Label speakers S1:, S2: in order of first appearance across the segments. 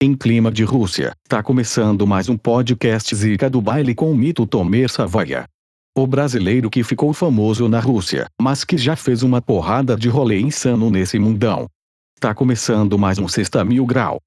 S1: Em clima de Rússia, está começando mais um podcast Zica do Baile com o mito Tomer Savoia. O brasileiro que ficou famoso na Rússia, mas que já fez uma porrada de rolê insano nesse mundão. Tá começando mais um Sexta Mil Grau.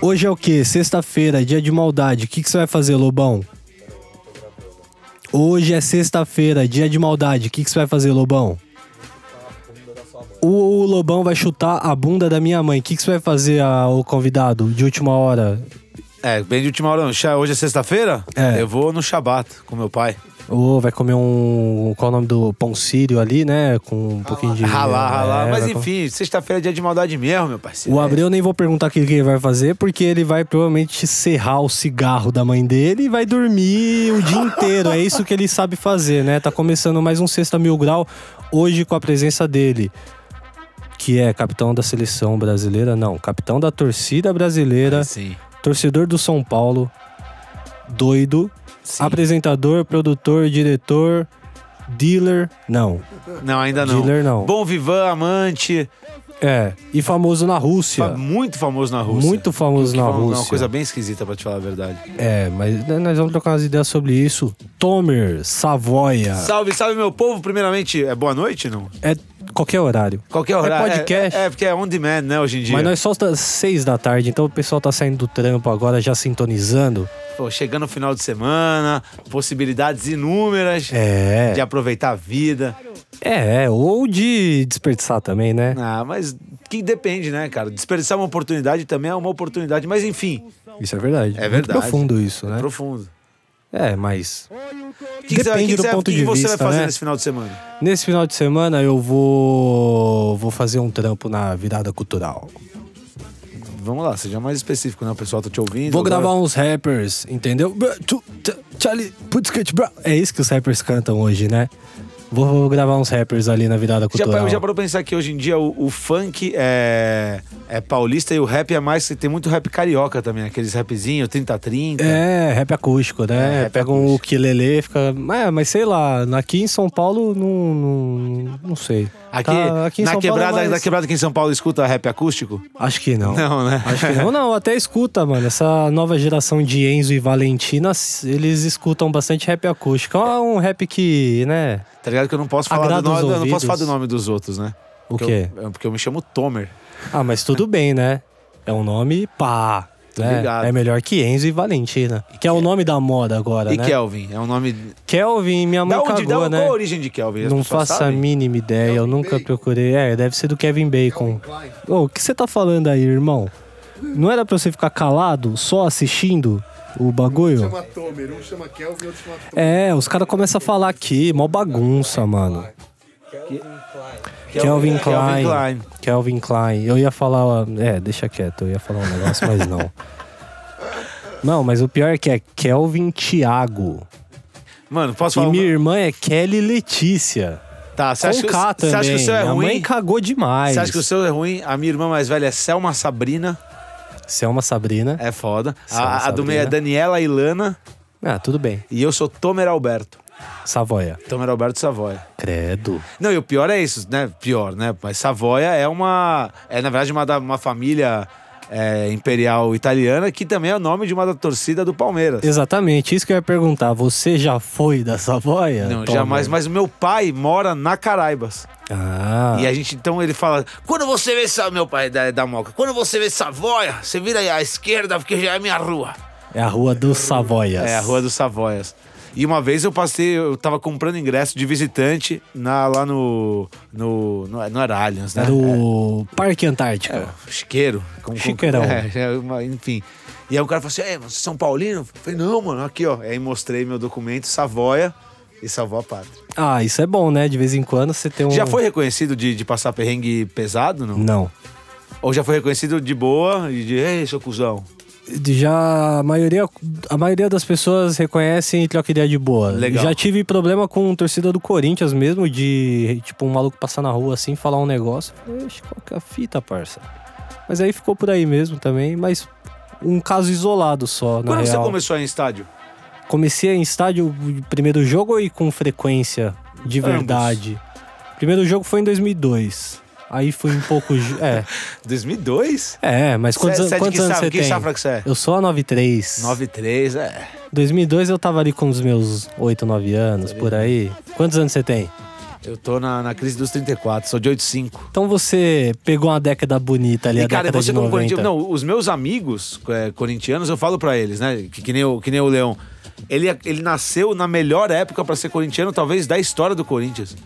S2: Hoje é o quê? Sexta-feira, dia de maldade. O que, que você vai fazer, Lobão? Hoje é sexta-feira, dia de maldade. O que, que você vai fazer, Lobão? O Lobão vai chutar a bunda da minha mãe. O que, que você vai fazer, ah, o convidado, de última hora?
S3: É, bem de última hora. não. Chá- Hoje é sexta-feira?
S2: É.
S3: Eu vou no Shabat com meu pai.
S2: Ou vai comer um. Qual é o nome do pão sírio ali, né? Com um pouquinho de.
S3: Ralar, ralar.
S2: É,
S3: Mas
S2: vai com-
S3: enfim, sexta-feira é dia de maldade mesmo, meu parceiro.
S2: O Abreu nem vou perguntar o que que ele vai fazer, porque ele vai provavelmente serrar o cigarro da mãe dele e vai dormir o dia inteiro. É isso que ele sabe fazer, né? Tá começando mais um Sexta Mil Grau, hoje com a presença dele, que é capitão da seleção brasileira, não, capitão da torcida brasileira,
S3: Sim.
S2: torcedor do São Paulo, doido,
S3: Sim.
S2: apresentador, produtor, diretor, dealer, não,
S3: Não, ainda não.
S2: Dealer, não.
S3: Bom Vivan, amante.
S2: é, e famoso na Rússia.
S3: Fa- Muito famoso na Rússia.
S2: Muito famoso na
S3: Fala Uma
S2: Rússia.
S3: coisa bem esquisita, pra te falar a verdade.
S2: É, mas né, nós vamos trocar umas ideias sobre isso. Tomer, Savoia.
S3: Salve, salve, meu povo. Primeiramente, é boa noite, não?
S2: é qualquer horário.
S3: Qualquer horário.
S2: podcast.
S3: É, é, porque é on demand, né, hoje em dia.
S2: Mas nós só das seis da tarde, então o pessoal tá saindo do trampo agora, já sintonizando.
S3: Pô, chegando no final de semana, possibilidades inúmeras
S2: É.
S3: de aproveitar a vida.
S2: É, é, ou de desperdiçar também, né?
S3: Ah, mas que depende, né, cara? Desperdiçar uma oportunidade também é uma oportunidade, mas enfim,
S2: Isso é verdade.
S3: É verdade.
S2: Muito profundo isso, né?
S3: é profundo.
S2: É, mas.
S3: O que, que você,
S2: Depende
S3: que que
S2: do
S3: você-
S2: ponto
S3: que que
S2: de
S3: você
S2: vista,
S3: vai fazer
S2: né?
S3: nesse final de semana?
S2: Nesse final de semana eu vou. vou fazer um trampo na virada cultural.
S3: Vamos lá, seja mais específico, né? O pessoal tá te ouvindo.
S2: Vou
S3: agora-
S2: gravar um uns rappers, entendeu? Bra- tu- tu- Charlie, putz, que te bra- É isso que os rappers cantam hoje, né? Vou, vou gravar uns rappers ali na virada
S3: Já,
S2: cultural.
S3: parou- já parou pra pensar que hoje em dia o, o funk é, é paulista e o rap é mais. Tem muito rap carioca também, aqueles rapzinhos 30-30.
S2: É, rap acústico, né?
S3: É, rap
S2: Pega um ukulele, fica. É, mas sei lá, aqui em São Paulo, não. Não, não sei.
S3: Aqui,
S2: Tá-
S3: na, quebrada,
S2: é mais-
S3: na quebrada aqui em São Paulo escuta rap acústico?
S2: Acho que não.
S3: Não, né?
S2: Acho que não, não, até escuta, mano. Essa nova geração de Enzo e Valentina, eles escutam bastante rap acústico. É um rap que, né?
S3: Tá ligado que eu não posso falar do
S2: Agrada os
S3: nome. Eu não
S2: ouvidos.
S3: posso falar do nome dos outros, né?
S2: O
S3: Porque eu-
S2: quê?
S3: é porque eu me chamo Tomer.
S2: Ah, mas tudo bem, né? É um nome pá. Né?
S3: ligado.
S2: É melhor que Enzo e Valentina. Que é o nome da moda agora,
S3: E
S2: né?
S3: Kelvin, é um nome
S2: Kelvin, minha mãe
S3: Da onde?
S2: cagou,
S3: da,
S2: né?
S3: Qual a origem de Kelvin? As
S2: Não
S3: pessoas
S2: faço a
S3: sabem?
S2: mínima ideia, eu nunca procurei. É, deve ser do Kevin Bacon. Ô, o que você tá falando aí, irmão? Não era pra você ficar calado, só assistindo o bagulho?
S4: chama Tomer, um chama Kelvin, outro chama Tomer.
S2: É, os caras começam a falar aqui, mó bagunça, mano. Kelvin Klein.
S3: é Kelvin
S2: Kelvin Klein. Eu ia falar. ó, É, deixa quieto, eu ia falar um negócio, mas não. Não, mas o pior é que é Kelvin Thiago.
S3: Mano, posso
S2: E
S3: falar?
S2: minha
S3: Uma...
S2: irmã é Kelly Letícia.
S3: Tá, você acha,
S2: Com
S3: que,
S2: K
S3: você
S2: também.
S3: acha que o seu é
S2: minha mãe
S3: ruim?
S2: cagou demais.
S3: Você acha que o seu é ruim? A minha irmã mais velha é Selma Sabrina,
S2: Selma Sabrina.
S3: é foda. A-
S2: Selma
S3: A, do meio é
S2: Sabrina.
S3: Daniela Ilana
S2: Ah, tudo bem.
S3: e eu sou Tomer Alberto.
S2: Savoia.
S3: Tomer Alberto Savoia.
S2: Credo.
S3: Não, e o pior é isso, né? Pior, né? Mas Savoia é uma. É, na verdade, uma, da- uma família é, imperial italiana que também é o nome de uma da torcida do Palmeiras.
S2: Exatamente, isso que eu ia perguntar. Você já foi da Savoia?
S3: Não,
S2: Tomer?
S3: jamais. Mas o meu pai mora na Caraibas.
S2: Ah.
S3: E a gente, então, ele fala: quando você vê essa, meu pai da, da Moca, quando você vê Savoia, você vira aí à esquerda, porque já é minha rua.
S2: É a Rua dos Savoias.
S3: É, a Rua dos Savoias. E uma vez eu passei, eu tava comprando ingresso de visitante na, lá no, no. no- Não era Allianz, né?
S2: Era o Parque Antártico.
S3: É, Chiqueiro. Com, com-
S2: Chiqueirão.
S3: é, é uma- enfim. E aí o cara falou assim: é, mas você é São Paulino? Eu falei: não, mano, aqui, ó. Aí mostrei meu documento, Savoia e Savoia Pátria.
S2: Ah, isso é bom, né? De vez em quando você tem um.
S3: Já foi reconhecido de, de passar perrengue pesado, não?
S2: Não.
S3: Ou já foi reconhecido de boa e de, ei, seu cuzão.
S2: já a maioria, a maioria das pessoas reconhecem Troqueria de Boa.
S3: Legal.
S2: Já tive problema com torcida do Corinthians mesmo, de tipo um maluco passar na rua assim, falar um negócio. Eu Falei, oxe, qual que é a fita, parça? Mas aí ficou por aí mesmo também, mas um caso isolado só, na
S3: Quando você
S2: real.
S3: começou a ir em estádio?
S2: Comecei em estádio primeiro jogo e com frequência de
S3: Ambos.
S2: verdade. Primeiro jogo foi em 2002. Aí fui um pouco. ju- é,
S3: 2002?
S2: é, mas quantos,
S3: Cê- cê é de
S2: quantos
S3: que
S2: anos
S3: safra-
S2: você
S3: que
S2: tem?
S3: safra que você é?
S2: Eu sou a 93.
S3: 93, é.
S2: 2002 eu tava ali com os meus 8, 9 anos, por aí. Quantos anos você tem?
S3: Eu tô na, na crise dos 34, sou de 85.
S2: Então você pegou uma década bonita ali,
S3: E
S2: a é
S3: cara,
S2: década de
S3: você como
S2: 90.
S3: corintiano. Não, os meus amigos é, corintianos, eu falo pra eles, né? Que, que nem o, que nem o Leão. Ele, é, ele nasceu na melhor época pra ser corintiano, talvez, da história do Corinthians.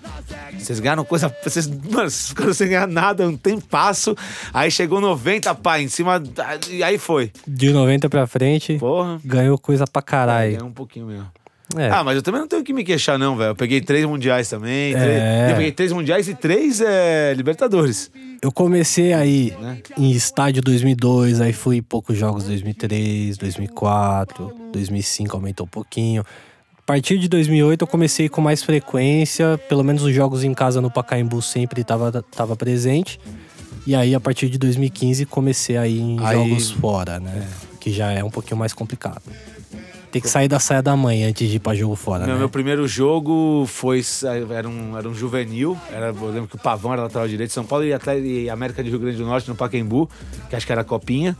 S3: Vocês ganharam coisa. Vocês, mano, vocês ficaram sem ganhar nada, um tempasso. Aí chegou 90, pá, em cima. E aí foi.
S2: De 90 pra frente,
S3: Porra.
S2: ganhou coisa pra caralho.
S3: Ganhou um pouquinho mesmo.
S2: É,
S3: Ah, mas eu também não tenho o que me queixar, não, velho. Eu peguei três mundiais também.
S2: É.
S3: três- Eu peguei três mundiais e três é, Libertadores.
S2: eu comecei aí
S3: Né?
S2: em estádio 2002, aí fui em poucos jogos 2003, 2004, 2005 aumentou um pouquinho. A partir de 2008 eu comecei com mais frequência, pelo menos os jogos em casa no Pacaembu sempre tava, tava presente. E aí a partir de 2015 comecei aí em
S3: Aí-
S2: jogos fora, né? Que já é um pouquinho mais complicado. Tem que sair da saia da mãe antes de ir pra jogo fora,
S3: Meu,
S2: né?
S3: meu primeiro jogo foi. Era um, era um juvenil. Era, eu lembro que o Pavão era lateral direito. São Paulo e, Atlético, e América de Rio Grande do Norte no Pacaembu, que acho que era a Copinha.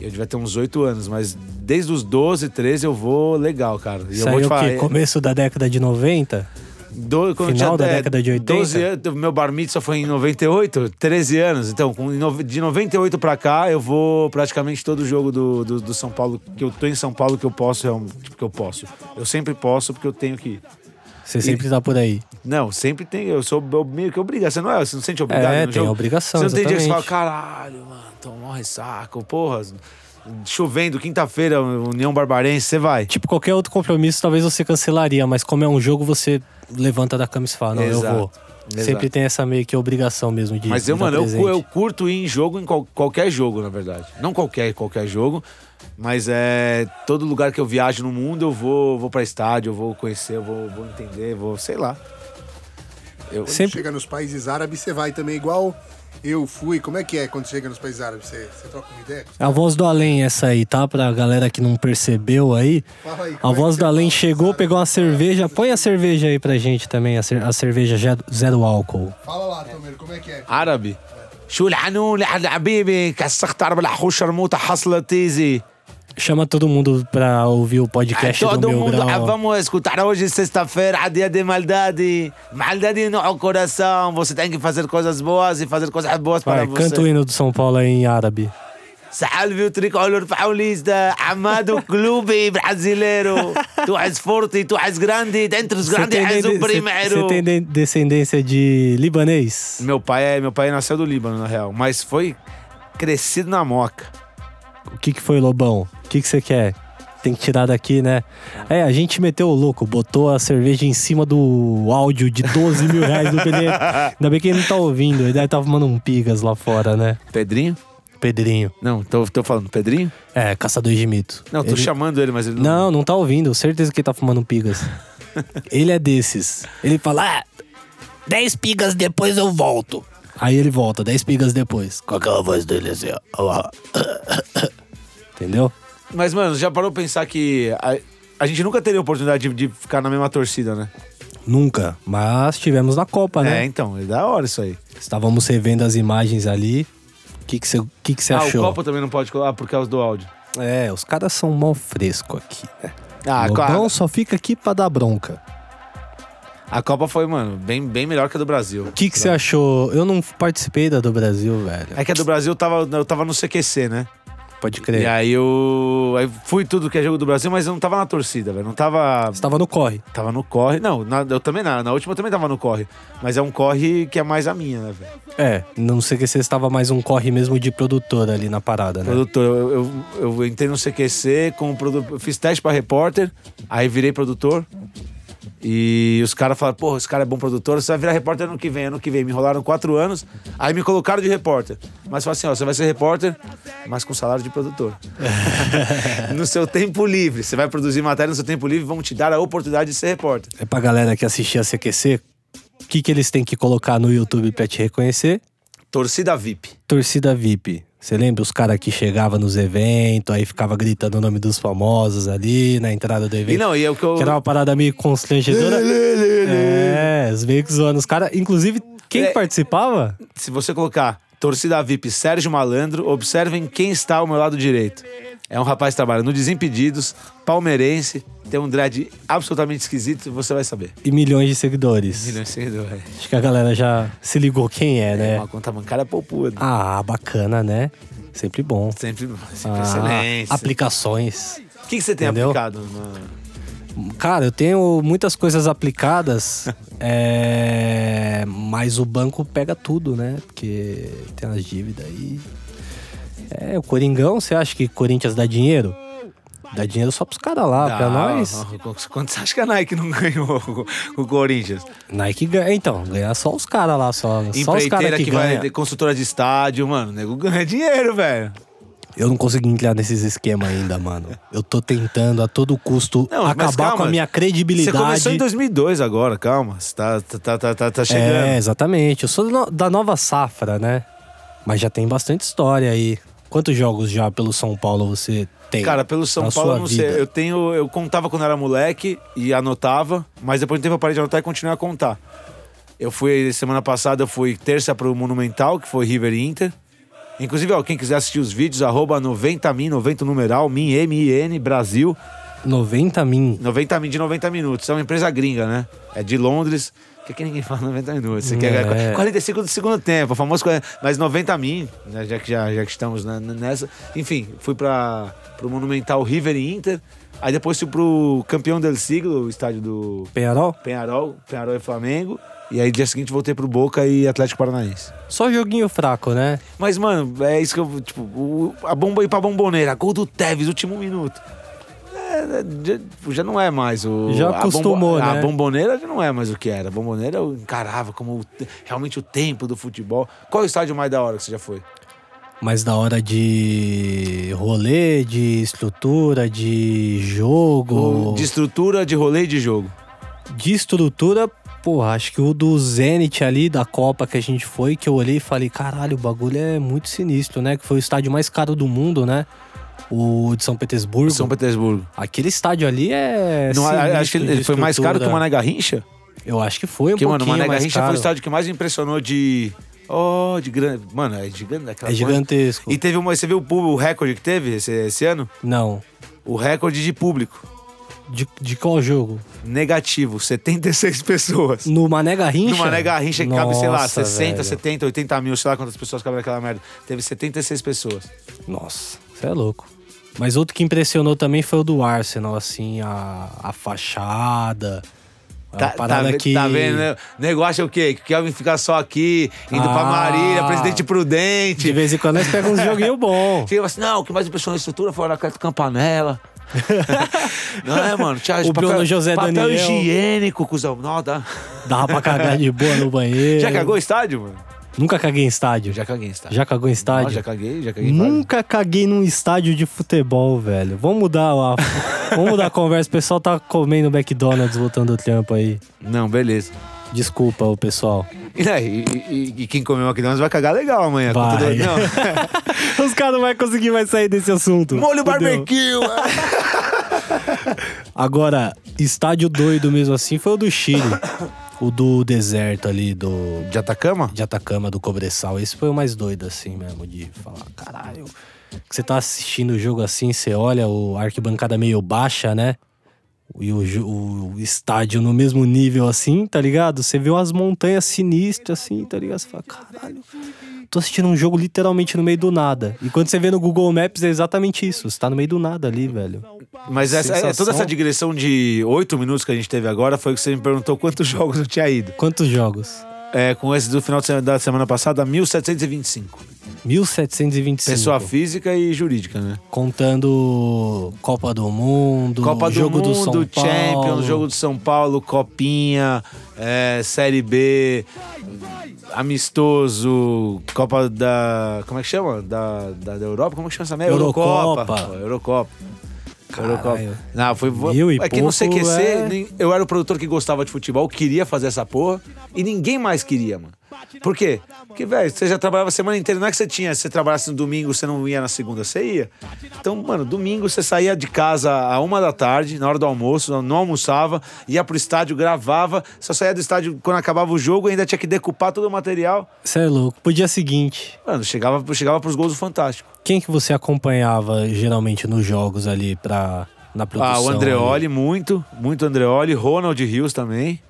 S3: Eu devia ter uns oito anos, mas desde os 12, 13 eu vou legal, cara. E eu vou
S2: Saiu
S3: te
S2: o quê?
S3: falar. é
S2: Começo da década de 90?
S3: do- quando eu
S2: Final da
S3: tinha, é,
S2: década de 80?
S3: 12 anos, meu bar mitzvah foi em 98, 13 anos. Então, com no- de 98 pra cá, eu vou praticamente todo jogo do, do, do São Paulo, que eu tô em São Paulo, que eu posso, é um- tipo, que eu posso. Eu sempre posso, porque eu tenho que ir.
S2: Você sempre tá por aí.
S3: Não, sempre tem. Eu sou ob- meio que obrigado. Você não é, você não se sente obrigado.
S2: É,
S3: no
S2: tem
S3: jogo?
S2: obrigação,
S3: Você não tem dia que você fala,
S2: exatamente.
S3: caralho, mano, tomou um ressaco, porra. Chovendo, quinta-feira, União Barbarense, você vai.
S2: Tipo, qualquer outro compromisso talvez você cancelaria, mas como é um jogo, você levanta da cama e fala, não, eu
S3: Exato,
S2: vou.
S3: exato.
S2: Sempre tem essa meio que obrigação mesmo de
S3: Mas eu,
S2: de dar
S3: mano, eu, cu-
S2: presente.
S3: eu curto ir em jogo, em qual- qualquer jogo, na verdade. Não qualquer, qualquer jogo. Mas é. Todo lugar que eu viajo no mundo, eu vou, vou pra estádio, eu vou conhecer, eu vou, vou entender, vou, sei lá. Eu,
S2: Sempre-
S4: Chega nos países árabes, você vai também igual eu fui. Como é que é quando chega nos países árabes? Você, você troca uma ideia?
S2: A voz do além essa aí, tá? Pra galera que não percebeu aí.
S4: Fala aí,
S2: a
S4: como é
S2: voz
S4: que
S2: do
S4: você
S2: além
S4: fala,
S2: chegou,
S4: sabe? é
S2: pegou uma cerveja. Põe a cerveja aí pra gente também, a, cer- a cerveja zero, zero álcool.
S4: Fala lá, Tomer, como é que é?
S3: árabe. شو العنون لحد حبيبي كسخت عرب لحوش رموت حصلت ايزي
S2: Chama todo mundo pra ouvir o podcast do
S3: todo
S2: meu
S3: mundo ah,
S2: grau.
S3: vamos escutar hoje sexta-feira a dia de Maldade Maldade no coração você tem que fazer coisas boas e fazer coisas boas para
S2: Vai,
S3: você
S2: canta o hino do São Paulo aí em árabe.
S3: Salve o tricolor paulista, amado clube brasileiro. Tu és forte, tu és grande, dentre os grandes és o primeiro.
S2: Você tem de- descendência de libanês?
S3: Meu pai é, meu pai nasceu do Líbano na real, mas foi crescido na Moca.
S2: O que, que foi, Lobão? O que, que você quer? Tem que tirar daqui, né? É, a gente meteu o louco, botou a cerveja em cima do áudio de 12 mil reais do Pedrinho. Ainda bem que ele não tá ouvindo, ele deve tá fumando um pigas lá fora, né?
S3: Pedrinho?
S2: Pedrinho.
S3: Não, tô, tô falando Pedrinho?
S2: É, caçador de mito.
S3: Não, tô
S2: Ele-
S3: chamando ele, mas ele não.
S2: Não, não tá ouvindo, certeza que ele tá fumando um pigas. ele é desses. Ele fala, ah, 10 pigas depois eu volto. Aí ele volta, 10 pigas depois. Com aquela voz dele assim, ó. Entendeu?
S3: Mas mano, já parou pra pensar que a, a gente nunca teria oportunidade de, de ficar na mesma torcida, né?
S2: Nunca, mas tivemos na Copa,
S3: É,
S2: né?
S3: então, é da hora isso aí.
S2: Estávamos revendo as imagens ali. O que você que que cê
S3: ah,
S2: achou?
S3: o copo também não pode colar por causa do áudio.
S2: É, os caras são mal fresco aqui, né?
S3: Ah,
S2: Lobão
S3: claro.
S2: só fica aqui pra dar bronca.
S3: A Copa foi, mano, bem, bem melhor que a do Brasil.
S2: O que você achou? Eu não participei da do Brasil, velho.
S3: É que a do Brasil eu tava, eu tava no CQC, né?
S2: Pode
S3: E
S2: crer.
S3: aí eu. Aí fui tudo que é jogo do Brasil, mas eu não tava na torcida, velho. Não tava.
S2: Estava no corre.
S3: Tava no corre. Não, na- eu também na, na última eu também tava no corre. Mas é um corre que é mais a minha, né, velho?
S2: É, não sei que você estava mais um corre mesmo de produtora ali na parada, né?
S3: Produtor, eu, eu, eu entrei no CQC como produtor. Fiz teste pra repórter, aí virei produtor. E os caras falaram, porra, esse cara é bom produtor, você vai virar repórter ano que vem, ano que vem. Me enrolaram quatro anos, aí me colocaram de repórter. Mas falaram assim, ó, você vai ser repórter, mas com salário de produtor. no seu tempo livre, você vai produzir matéria no seu tempo livre, vão te dar a oportunidade de ser repórter.
S2: É pra galera que assistia a CQC, o que, que eles têm que colocar no YouTube pra te reconhecer?
S3: Torcida VIP.
S2: Torcida VIP. Você lembra os caras que chegavam nos eventos, aí ficava gritando o nome dos famosos ali na entrada do evento?
S3: E não, e é o que eu...
S2: Que era uma parada meio constrangedora. é, os meio que zoando os caras. Inclusive, quem
S3: É.
S2: participava?
S3: se você colocar torcida VIP Sérgio Malandro, observem quem está ao meu lado direito. É um rapaz que trabalha no Desimpedidos, palmeirense, tem um dread absolutamente esquisito, você vai saber.
S2: E milhões de seguidores.
S3: Milhões de seguidores.
S2: Acho que a galera já se ligou quem é,
S3: É.
S2: né?
S3: Uma conta bancária poupuda.
S2: Ah, bacana, né? Sempre bom.
S3: Sempre, sempre
S2: Ah,
S3: excelente.
S2: aplicações.
S3: O que, que você tem
S2: Entendeu?
S3: aplicado? na-
S2: Cara, eu tenho muitas coisas aplicadas, é, mas o banco pega tudo, né? Porque tem as dívidas aí. É, o Coringão, você acha que Corinthians dá dinheiro? Dá dinheiro só pros caras lá, pra
S3: Ah,
S2: nós.
S3: ah, qu- Quanto você acha que a Nike não ganhou com- com o Corinthians?
S2: Nike ganha. Então, ganha só os caras lá, só, só os caras
S3: Empreiteira
S2: que,
S3: que, vai
S2: ganham.
S3: ter consultora de estádio, mano. O nego ganha dinheiro, velho.
S2: Eu não consegui entrar nesses esquemas ainda, mano. Eu tô tentando a todo custo
S3: Não, mas
S2: acabar com a
S3: calma.
S2: minha credibilidade.
S3: Você começou em 2002 agora, calma. Você tá, tá, tá, tá, tá chegando.
S2: É, exatamente. Eu sou do no- da nova safra, né? Mas já tem bastante história aí. Quantos jogos já pelo São Paulo você tem?
S3: Cara, pelo São
S2: na
S3: Paulo,
S2: sua
S3: eu não
S2: vida?
S3: sei. Eu tenho. Eu contava quando era moleque e anotava, mas depois de um tempo eu parei de anotar e continuei a contar. Eu fui semana passada, eu fui terça pro Monumental, que foi River e Inter. Inclusive, ó, quem quiser assistir os vídeos, arroba 90min, 90 numeral, min, M-I-N, Brasil.
S2: 90 mil.
S3: 90 min de 90 minutos. É uma empresa gringa, né? É de Londres. Que aqui ninguém fala 90 minutos. Isso aqui é,
S2: É.
S3: 45 do segundo tempo, o famoso. 40 Mas 90 min, né? já, que, já, já que estamos na- na- nessa. Enfim, fui para o Monumental River e Inter. Aí depois fui pro campeão del siglo, o estádio do
S2: Penharol?
S3: Penharol, Penharol e Flamengo. E aí dia seguinte voltei pro Boca e Atlético Paranaense.
S2: Só joguinho fraco, né?
S3: Mas, mano, é isso que eu. Tipo, o- a bomba ir pra bomboneira, gol do Tevez, último minuto. É, já, já não é mais o.
S2: Já
S3: a bombo-
S2: acostumou,
S3: a
S2: né?
S3: bomboneira já não é mais o que era. A bomboneira eu encarava como o te- realmente o tempo do futebol. Qual é o estádio mais da hora que você já foi?
S2: Mas da hora de rolê, de estrutura, de jogo.
S3: De estrutura, de rolê e de jogo.
S2: de estrutura, porra, acho que o do Zenit ali, da Copa que a gente foi, que eu olhei e falei, caralho, o bagulho é muito sinistro, né? Que foi o estádio mais caro do mundo, né? O de São Petersburgo.
S3: São Petersburgo.
S2: Aquele estádio ali é.
S3: Não,
S2: sinistro
S3: acho que ele
S2: de
S3: foi mais caro que o
S2: estrutura.
S3: Mané Garrincha?
S2: Eu acho que foi um
S3: Porque, mano, o
S2: pouquinho
S3: Mané
S2: mais
S3: Garrincha
S2: caro.
S3: foi o estádio que mais me impressionou de. Oh, de grande. Mano, é gigante aquela
S2: É
S3: coisa.
S2: gigantesco.
S3: E teve uma. Você viu o pub- o recorde que teve esse- esse ano?
S2: Não.
S3: O recorde de público
S2: De, de qual jogo?
S3: negativo, 76 pessoas.
S2: No Mané Garrincha?
S3: No Mané Garrincha que cabe, sei lá,
S2: Nossa,
S3: 60,
S2: velho.
S3: 70, 80 mil, sei lá quantas pessoas cabem naquela merda. Teve 76 pessoas.
S2: É Nossa, você é louco. Mas outro que impressionou também foi o do Arsenal, assim, a, a fachada. A
S3: Tá, tá,
S2: parada
S3: ve-
S2: que.
S3: tá vendo? né? O negócio é o quê? Que o Kelvin ficar só aqui, indo pra
S2: Ah.
S3: Marília, presidente prudente.
S2: De vez em quando nós pegamos um joguinho bom.
S3: Chega e fala assim, não, o que mais impressionou a estrutura "Ah, foi o Aracato Campanella. não é, mano? Tinha
S2: O Bruno José
S3: papel
S2: Daniel.
S3: higiênico, cuzão. Não, dá.
S2: Dava pra cagar de boa no banheiro.
S3: Já cagou o estádio, mano?
S2: Nunca caguei em estádio.
S3: Já caguei em estádio.
S2: É. Já cagou em estádio?
S3: Não, já caguei, já caguei. em vários.
S2: Nunca caguei num estádio de futebol, velho. Vamos mudar a, vamos mudar a conversa. O pessoal tá comendo McDonald's voltando do trampo aí.
S3: Não, beleza.
S2: Desculpa, o pessoal.
S3: É, E, daí? E- e- e quem comeu McDonald's vai cagar legal amanhã. com
S2: Vai.
S3: tudo- Não.
S2: Os caras não vão conseguir mais sair desse assunto.
S3: Molho
S2: Fudeu.
S3: barbecue! é.
S2: Agora, estádio doido mesmo assim foi o do Chile. O do deserto ali, do
S3: De Atacama?
S2: de Atacama, do Cobressal. Esse foi o mais doido, assim mesmo, de falar, caralho. Que você tá assistindo o jogo assim, você olha o a arquibancada meio baixa, né? E o, jo- o estádio no mesmo nível, assim, tá ligado? Você vê umas montanhas sinistras, assim, tá ligado? Você fala, caralho, tô assistindo um jogo literalmente no meio do nada. E quando você vê no Google Maps, é exatamente isso. Você tá no meio do nada ali, velho.
S3: Mas essa- é- toda
S2: Sensação.
S3: essa digressão de oito minutos que a gente teve agora foi que você me perguntou quantos jogos eu tinha ido.
S2: Quantos jogos?
S3: É, com esse do final de semana- da semana passada, 1725.
S2: 1725.
S3: Pessoa física e jurídica, né?
S2: Contando Copa do Mundo,
S3: Copa do
S2: Jogo
S3: Mundo,
S2: do São
S3: Champions,
S2: Paulo.
S3: Jogo do São Paulo, Copinha, é, Série B, Amistoso, Copa da. Como é que chama? Da, da, da Europa? Como é que chama essa merda?
S2: Eurocopa.
S3: Pô, Eurocopa.
S2: Caralho.
S3: Não, foi. vo-
S2: Mil e
S3: é que no
S2: pouco
S3: CQC,
S2: é-
S3: nem- eu era o produtor que gostava de futebol, queria fazer essa porra, e ninguém mais queria, mano. Por quê? Porque, velho, você já trabalhava a semana inteira. Não é que você tinha, se você trabalhasse no domingo, você não ia na segunda, você ia. Então, mano, domingo você saía de casa a uma da tarde, na hora do almoço, não almoçava, ia pro estádio, gravava, só saía do estádio quando acabava o jogo, ainda tinha que decupar todo o material.
S2: Você é louco. Pro dia seguinte,
S3: Mano, chegava, chegava pros gols do Fantástico.
S2: quem que você acompanhava geralmente nos jogos ali pra, na produção? né?
S3: Ah, o Andreoli, muito, muito Andreoli, Ronald Rios também.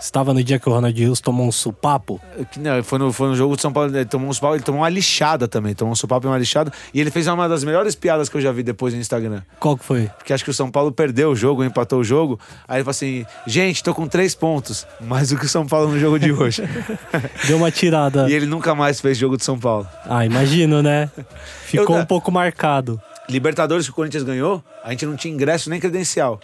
S2: Estava no dia que o Ronald Rios tomou um supapo?
S3: Que, Não, foi no, foi no jogo de São Paulo, ele tomou um supapo, ele tomou uma lixada também, tomou um supapo e uma lixada. E ele fez uma das melhores piadas que eu já vi depois no Instagram.
S2: Qual que foi?
S3: Porque acho que o São Paulo perdeu o jogo, empatou o jogo. Aí ele falou assim: gente, tô com três pontos, mais do que o São Paulo no jogo de hoje.
S2: Deu uma tirada.
S3: e ele nunca mais fez jogo de São Paulo.
S2: Ah, imagino, né? Ficou
S3: Eu-
S2: um pouco marcado.
S3: Libertadores que o Corinthians ganhou, a gente não tinha ingresso nem credencial.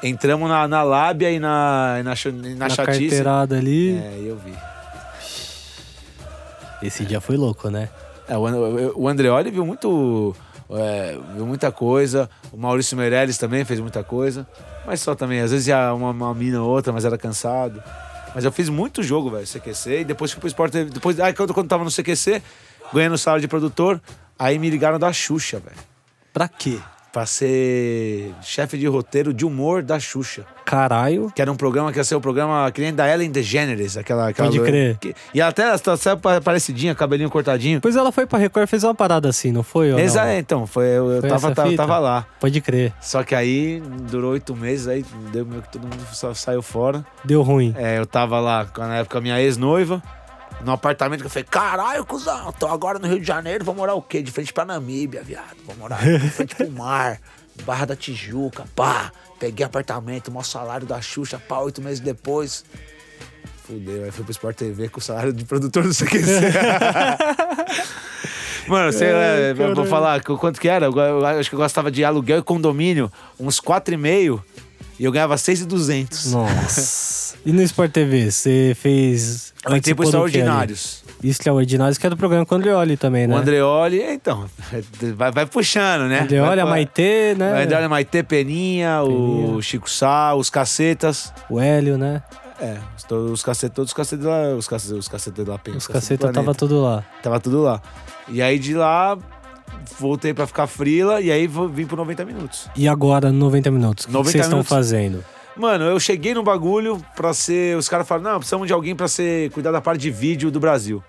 S3: Entramos na, na lábia e na, e na, ch- e
S2: Na
S3: na chatice.
S2: carteirada ali.
S3: É, eu vi.
S2: Esse dia foi louco, né?
S3: É, o And- o Andreoli viu muito. é, viu muita coisa. O Maurício Meirelles também fez muita coisa. Mas só também, às vezes ia uma, uma mina ou outra, mas era cansado. Mas eu fiz muito jogo, velho, CQC. E depois fui pro Sport TV. Depois, aí quando, quando tava no CQC, ganhando salário de produtor, aí me ligaram da Xuxa, velho.
S2: Pra quê?
S3: Pra ser chefe de roteiro de humor da Xuxa.
S2: Caralho.
S3: Que era um programa que ia ser o programa que nem da Ellen DeGeneres, aquela. aquela
S2: Pode
S3: loira.
S2: crer.
S3: Que- e ela até ela tá- sabe, parecidinha, cabelinho cortadinho.
S2: Pois ela foi pra Record e fez uma parada assim, não foi? ou não?
S3: Exa- é, então, foi, eu, eu
S2: Foi
S3: tava,
S2: essa
S3: tava,
S2: fita?
S3: tava lá.
S2: Pode crer.
S3: Só que aí durou oito meses, aí deu meio que todo mundo só saiu fora.
S2: Deu ruim.
S3: É, eu tava lá com- na época minha ex-noiva, num apartamento que eu falei, caralho, cuzão, tô agora no Rio de Janeiro, vou morar o quê? De frente pra Namíbia, viado. Vou morar de frente pro mar, Barra da Tijuca, pá. Peguei apartamento, maior salário da Xuxa, pá, oito meses depois. Fudeu, aí fui pro Sport TV com o salário de produtor do CQC. Mano, sei lá, eu vou falar qu- quanto que era. Eu, eu acho que eu gastava de aluguel e condomínio uns 4,5 e eu ganhava 6,200.
S2: Nossa. e no Sport TV, você fez.
S3: Em
S2: participou
S3: tempos
S2: do que ali?
S3: extraordinários.
S2: Extraordinários, que era do programa com o Andreoli também, né?
S3: O Andreoli, é, então, vai, vai puxando, né?
S2: Andreoli,
S3: vai,
S2: a Maitê,
S3: O
S2: né?
S3: Andreoli, a Maitê, Peninha, o Chico Sá, os cacetas.
S2: O Hélio, né?
S3: É, os, to- os cacetas, todos os cacetas lá, os cacetas, os cacetas lá, pensa,
S2: Os cacetas tava
S3: planeta.
S2: tudo lá.
S3: Tava tudo lá. E aí de lá, voltei pra ficar frila e aí vo- vim pro 90 Minutos.
S2: E agora, no 90 minutos, o que
S3: 90
S2: vocês estão
S3: minutos?
S2: fazendo?
S3: Mano, eu cheguei no bagulho pra ser. Os caras falaram, não, precisamos de alguém pra ser, cuidar da parte de vídeo do Brasil.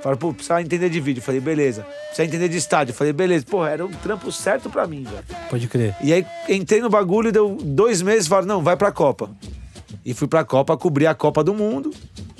S3: Falaram, pô, precisa entender de vídeo. Falei, beleza. Precisa entender de estádio. Falei, beleza. Pô, era o trampo certo pra mim, velho.
S2: Pode crer.
S3: E aí entrei no bagulho, deu dois meses, falaram, não, vai pra Copa. E fui pra Copa cobrir a Copa do Mundo,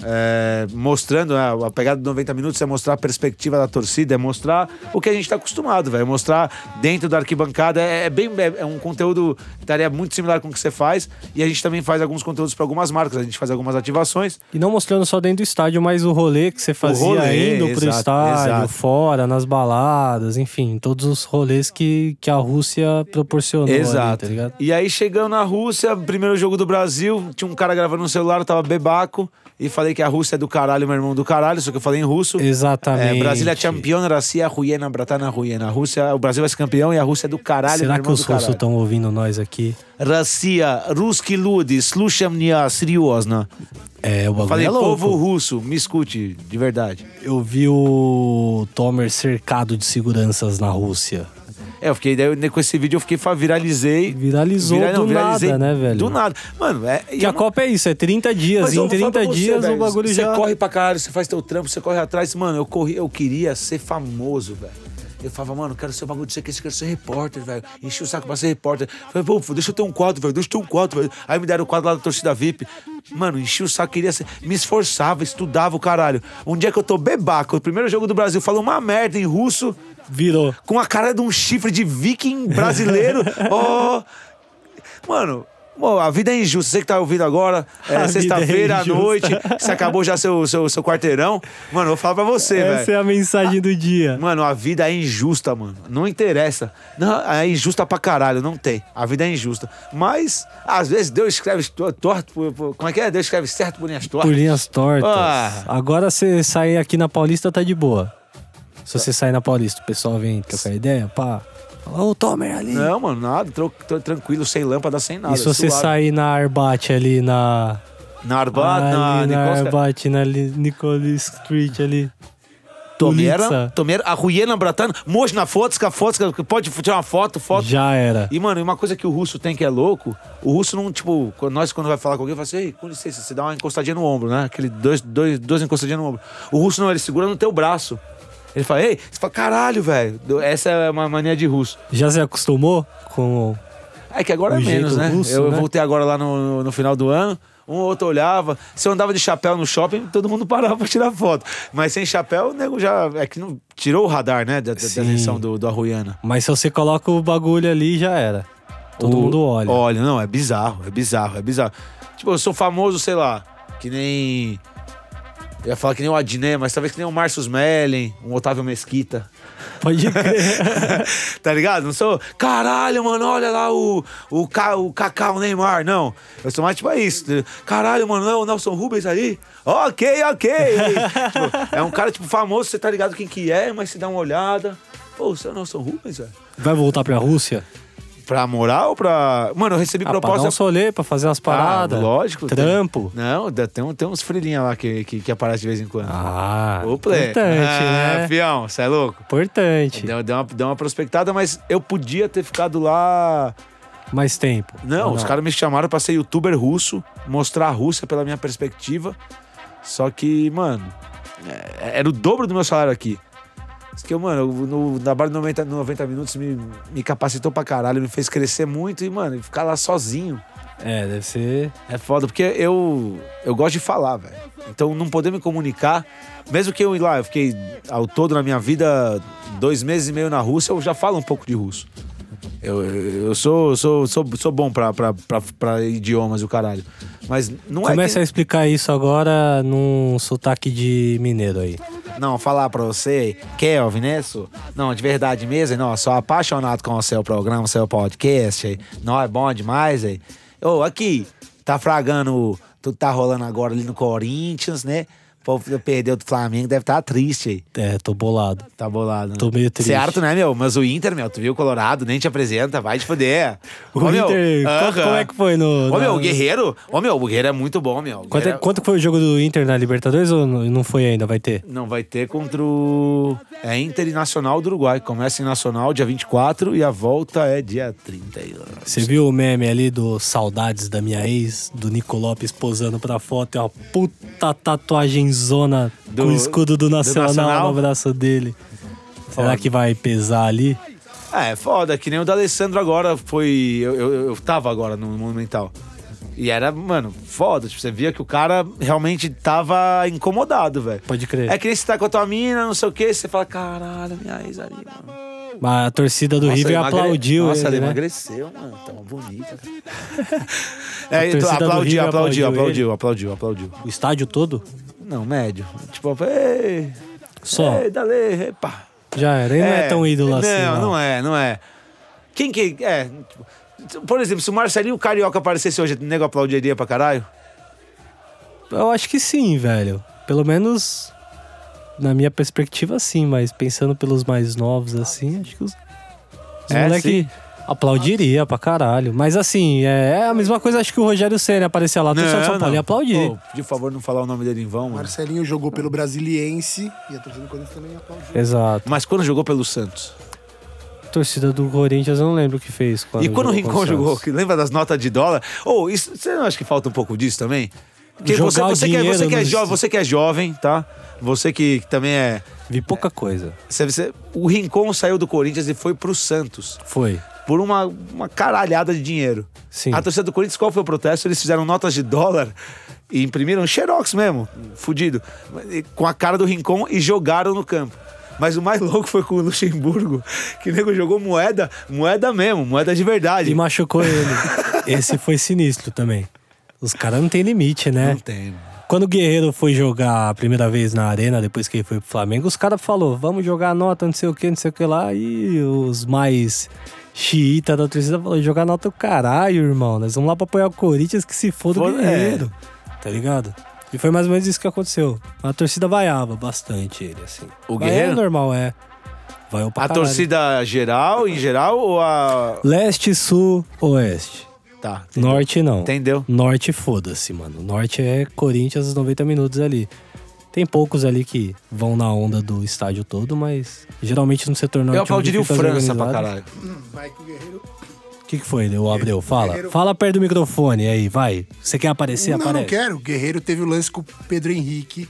S3: é, mostrando, né, a pegada de 90 minutos é mostrar a perspectiva da torcida, é mostrar o que a gente tá acostumado, velho. Mostrar dentro da arquibancada, é, é bem é, é um conteúdo que estaria muito similar com o que você faz. E a gente também faz alguns conteúdos pra algumas marcas, a gente faz algumas ativações.
S2: E não mostrando só dentro do estádio, mas o rolê que você fazia
S3: rolê,
S2: indo pro
S3: exato,
S2: estádio,
S3: exato.
S2: fora, nas baladas, enfim, todos os rolês que, que a Rússia proporcionou. ali,
S3: Exato.
S2: tá ligado?
S3: E aí, chegando na Rússia, primeiro jogo do Brasil, tinha um cara gravando no celular, eu tava bebaco. E falei que a Rússia é do caralho, meu irmão do caralho, só que eu falei em russo.
S2: Exatamente.
S3: É, Brasília é campeão, Rassia, Ruiena, Bratana, Ruiena. A Rússia, o Brasil vai ser campeão e a Rússia é do caralho, meu
S2: Será
S3: irmão
S2: que os
S3: do caralho.
S2: russos estão ouvindo nós aqui?
S3: Rassia, ruski люди, слушай меня серьезно.
S2: É, o bagulho
S3: Falei,
S2: é louco.
S3: povo russo, me escute, de verdade.
S2: Eu vi o Tomer cercado de seguranças na Rússia.
S3: É, eu fiquei, daí, com esse vídeo eu fiquei, fa- viralizei.
S2: Viralizou
S3: Vira-
S2: do
S3: viralizei
S2: nada, né, velho?
S3: Do nada. Mano, é...
S2: E a Copa é isso, é 30 dias.
S3: Mas eu
S2: em
S3: vou
S2: 30
S3: falar pra você,
S2: dias
S3: velho,
S2: o bagulho
S3: você
S2: já...
S3: corre pra caralho, você faz teu trampo, você corre atrás. Mano, eu corri, eu queria ser famoso, velho. Eu falava, mano, quero ser o bagulho de ser que quero ser repórter, velho. Enchi o saco pra ser repórter. Falei, pô, deixa eu ter um quadro, velho, deixa eu ter um quadro, velho. Aí me deram o quadro lá da torcida VIP. Mano, enchi o saco, queria ser. Me esforçava, estudava o caralho. Um dia que eu tô bebaco, o primeiro jogo do Brasil, falo uma merda em russo,
S2: Virou.
S3: com a cara de um chifre de viking brasileiro. Ó. Mano, Pô, a vida é injusta. Você que tá ouvindo agora, é,
S2: A vida é
S3: sexta-feira à
S2: injusta.
S3: noite, você acabou já seu, seu, seu quarteirão. Mano, eu vou falar pra você, velho.
S2: Essa é a mensagem do dia.
S3: Mano, a vida é injusta, mano. Não interessa. Não, é injusta pra caralho, não tem. A vida é injusta. Mas, às vezes, Deus escreve to- torto. por- por- como é que é? Deus escreve certo por linhas tortas.
S2: Por linhas tortas.
S3: Ah.
S2: Agora você sair aqui na Paulista tá de boa. Se
S3: Tá.
S2: você sair na Paulista, o pessoal vem trocar ideia, pá. Fala, ô Tomer ali.
S3: Não, mano, nada. Tro, tro- tranquilo, sem lâmpada, sem nada.
S2: e se você
S3: suave.
S2: sair na Arbat ali na.
S3: Na Arbat, na
S2: ali na
S3: Nicolas...
S2: Arbat, na li- Nicolas Street ali.
S3: Tomera,
S2: Pulitzer,
S3: Tomera, a Ruiena Bratan, mojo na Fotska, Fotska, pode tirar uma foto, foto.
S2: Já era.
S3: E, mano, e uma coisa que o russo tem que é louco, o russo não, tipo, quando- nós quando vai falar com alguém, fala assim, ei, com licença, você dá uma encostadinha no ombro, né? Aquele dois, dois, dois encostadinhas no ombro. O russo não, ele segura no teu braço. Ele fala, ei, você fala, caralho, velho, do- essa é uma mania de russo.
S2: Já se acostumou com.
S3: É que agora
S2: O
S3: é
S2: jeito
S3: menos, né?
S2: russo,
S3: eu
S2: né?
S3: voltei agora lá no, no- no final do ano, um ou outro olhava, se eu andava de chapéu no shopping, todo mundo parava pra tirar foto. Mas sem chapéu, o nego já, é que não, tirou o radar, né, da, da, da
S2: Sim.
S3: atenção do, do Arruiana.
S2: Mas se você coloca o bagulho ali, já era. Todo
S3: O-
S2: mundo olha.
S3: Olha, não, é bizarro, é bizarro, é bizarro. Tipo, eu sou famoso, sei lá, que nem. Eu ia falar que nem o Adnet, mas talvez que nem o Marcos Mellen, um Otávio Mesquita.
S2: Pode crer.
S3: tá ligado? Não sou. Caralho, mano, olha lá o, o, Ca, o Kaká, o Neymar. Não. Eu sou mais tipo é isso. Caralho, mano, não é o Nelson Rubens ali? Ok, ok. Tipo, é um cara, tipo, famoso, você tá ligado quem que é, mas se dá uma olhada. Pô, você é o Nelson Rubens, velho?
S2: Vai voltar pra Rússia?
S3: Pra moral ou pra. Mano, eu recebi
S2: Ah, pra
S3: proposta. é-
S2: dar um solê, pra fazer umas paradas.
S3: Ah, lógico. tem-
S2: Trampo.
S3: Não, dá- tem, um- tem uns frilinhos lá que, que, que aparece de vez em quando.
S2: Ah,
S3: Ô, Play.
S2: importante,
S3: ah,
S2: né?
S3: Fião, você é louco?
S2: Importante.
S3: Deu, deu uma, deu uma prospectada, mas eu podia ter ficado lá.
S2: Mais tempo.
S3: Não,
S2: Ou
S3: os caras me chamaram pra ser youtuber russo, mostrar a Rússia pela minha perspectiva. Só que, mano, é- era o dobro do meu salário aqui. Isso que, eu, mano, eu, no, na barra de 90, 90 minutos me, me capacitou pra caralho, me fez crescer muito e, mano, ficar lá sozinho.
S2: É, deve ser.
S3: É foda, porque eu, eu gosto de falar, velho. Então, não poder me comunicar, mesmo que eu ir lá, eu fiquei ao todo na minha vida dois meses e meio na Rússia, eu já falo um pouco de russo. Eu, eu eu sou, sou, sou, sou bom pra, pra, pra, pra idiomas e o caralho. Mas não
S2: Começa a
S3: é.
S2: explicar isso agora num sotaque de mineiro aí.
S3: Que... Não, falar pra você, Kelvin, né? isso? Não, de verdade mesmo, não, sou apaixonado com o seu programa, seu podcast. aí. Não, é bom demais, aí. Ô, aqui, tá fragando tudo que tá rolando agora ali no Corinthians, né? O povo perdeu do Flamengo, deve estar triste aí.
S2: É, tô bolado.
S3: Tá bolado. Né?
S2: Tô meio triste.
S3: Certo, né, meu? Mas o Inter, meu, tu viu o Colorado, nem te apresenta, vai te fuder.
S2: O
S3: Ô, meu,
S2: Inter, qual-
S3: aham.
S2: como é que foi no.
S3: Ô,
S2: na-
S3: meu, o Guerreiro. Ô, meu, o Guerreiro é muito bom, meu. O
S2: Quanto, é-
S3: Guerreiro-
S2: quanto que foi o jogo do Inter na Libertadores ou não não foi ainda? Vai ter?
S3: Não, vai ter contra o. É Inter e Nacional do Uruguai. Começa em Nacional dia 24 e a volta é dia 31.
S2: Você viu o meme ali do Saudades da minha ex, do Nico Lopes posando pra foto, é uma puta tatuagem zona
S3: Do-
S2: com o escudo do
S3: do
S2: Nacional,
S3: Nacional?
S2: no braço dele. Será que vai pesar ali?
S3: É, foda, que nem o da Alessandro agora foi. Eu, eu, eu tava agora no Monumental. E era, mano, foda. Tipo, você via que o cara realmente tava incomodado, velho.
S2: Pode crer.
S3: É que nem você tá com a tua mina, não sei o quê, você fala, caralho, minha ex ali, mano.
S2: Mas a torcida do River
S3: ele emagre-
S2: aplaudiu
S3: Nossa,
S2: ele,
S3: ele é
S2: né?
S3: emagreceu, mano. Tava bonita. é, então,
S2: torcida do
S3: aplaudiu,
S2: River
S3: aplaudiu,
S2: aplaudiu
S3: aplaudiu, aplaudiu, aplaudiu.
S2: O estádio todo?
S3: Não, médio. Tipo, ei,
S2: Só.
S3: ei, dale, epa.
S2: Já era. Ele não é tão ídolo assim.
S3: É. Não,
S2: Não,
S3: não é, não é. Quem que. É. tipo, por exemplo, se o Marcelinho Carioca aparecesse hoje, o nego aplaudiria pra caralho?
S2: Eu acho que sim, velho. Pelo menos na minha perspectiva, sim, mas pensando pelos mais novos, assim, acho que os, os
S3: É,
S2: moleque
S3: sim.
S2: aplaudiria pra caralho. Mas assim, é, é a mesma coisa, acho que o Rogério Senna aparecia lá, torcida de São Paulo ia aplaudir.
S3: Pô, de favor, não falar o nome dele em vão, mano.
S4: Marcelinho jogou pelo Brasiliense e a torcida do Corinthians também aplaudiu.
S2: Exato.
S3: Mas quando jogou pelo Santos?
S2: Torcida do Corinthians, eu não lembro o que fez.
S3: e quando o
S2: jogou
S3: Rincon
S2: contra Santos.
S3: jogou, que lembra das notas de dólar? Ou isso, você não acha que falta um pouco disso também? Porque
S2: Jogar
S3: você,
S2: o
S3: você, que é, você,
S2: dinheiro
S3: que é
S2: no-
S3: jovem, você que é jovem, tá? Você que, que também é.
S2: Vi pouca coisa.
S3: você- você- o Rincon saiu do Corinthians e foi pro Santos.
S2: Foi.
S3: por uma, uma caralhada de dinheiro.
S2: Sim.
S3: A torcida do Corinthians, qual foi o protesto? Eles fizeram notas de dólar e imprimiram xerox mesmo, fudido, e- com a cara do Rincon e jogaram no campo. Mas o mais louco foi com o Luxemburgo, que o nego jogou moeda, moeda mesmo, moeda de verdade.
S2: E machucou ele. Esse foi sinistro também. Os caras não tem limite, né?
S3: Não tem.
S2: Quando o Guerreiro foi jogar a primeira vez na arena, depois que ele foi pro Flamengo, os caras falaram, vamos jogar a nota, não sei o que, não sei o que lá. E os mais xiita da torcida falaram, jogar nota é o caralho, irmão. Nós vamos lá pra apoiar o Corinthians que se foda o
S3: Foda- é.
S2: Guerreiro. Tá ligado? E foi mais ou menos isso que aconteceu. A torcida vaiava bastante ele, assim.
S3: O
S2: Vaiar
S3: Guerreiro?
S2: É normal, é. Vai
S3: A torcida geral, em geral, ou a.
S2: Leste, sul, oeste.
S3: Tá.
S2: Norte não.
S3: Entendeu?
S2: Norte, foda-se, mano. Norte é Corinthians os 90 minutos ali. Tem poucos ali que vão na onda do estádio todo, mas geralmente no setor norte. é
S3: Eu
S2: onde
S3: aplaudiria o
S2: fica as
S3: França pra
S2: organizadas-
S3: caralho.
S4: Michael Guerreiro.
S2: O que, que foi, o Abreu? Fala.
S4: Guerreiro-
S2: Fala perto do microfone aí, vai. Você quer aparecer?
S4: não,
S2: Aparece.
S4: não quero. O Guerreiro teve o lance com o Pedro Henrique,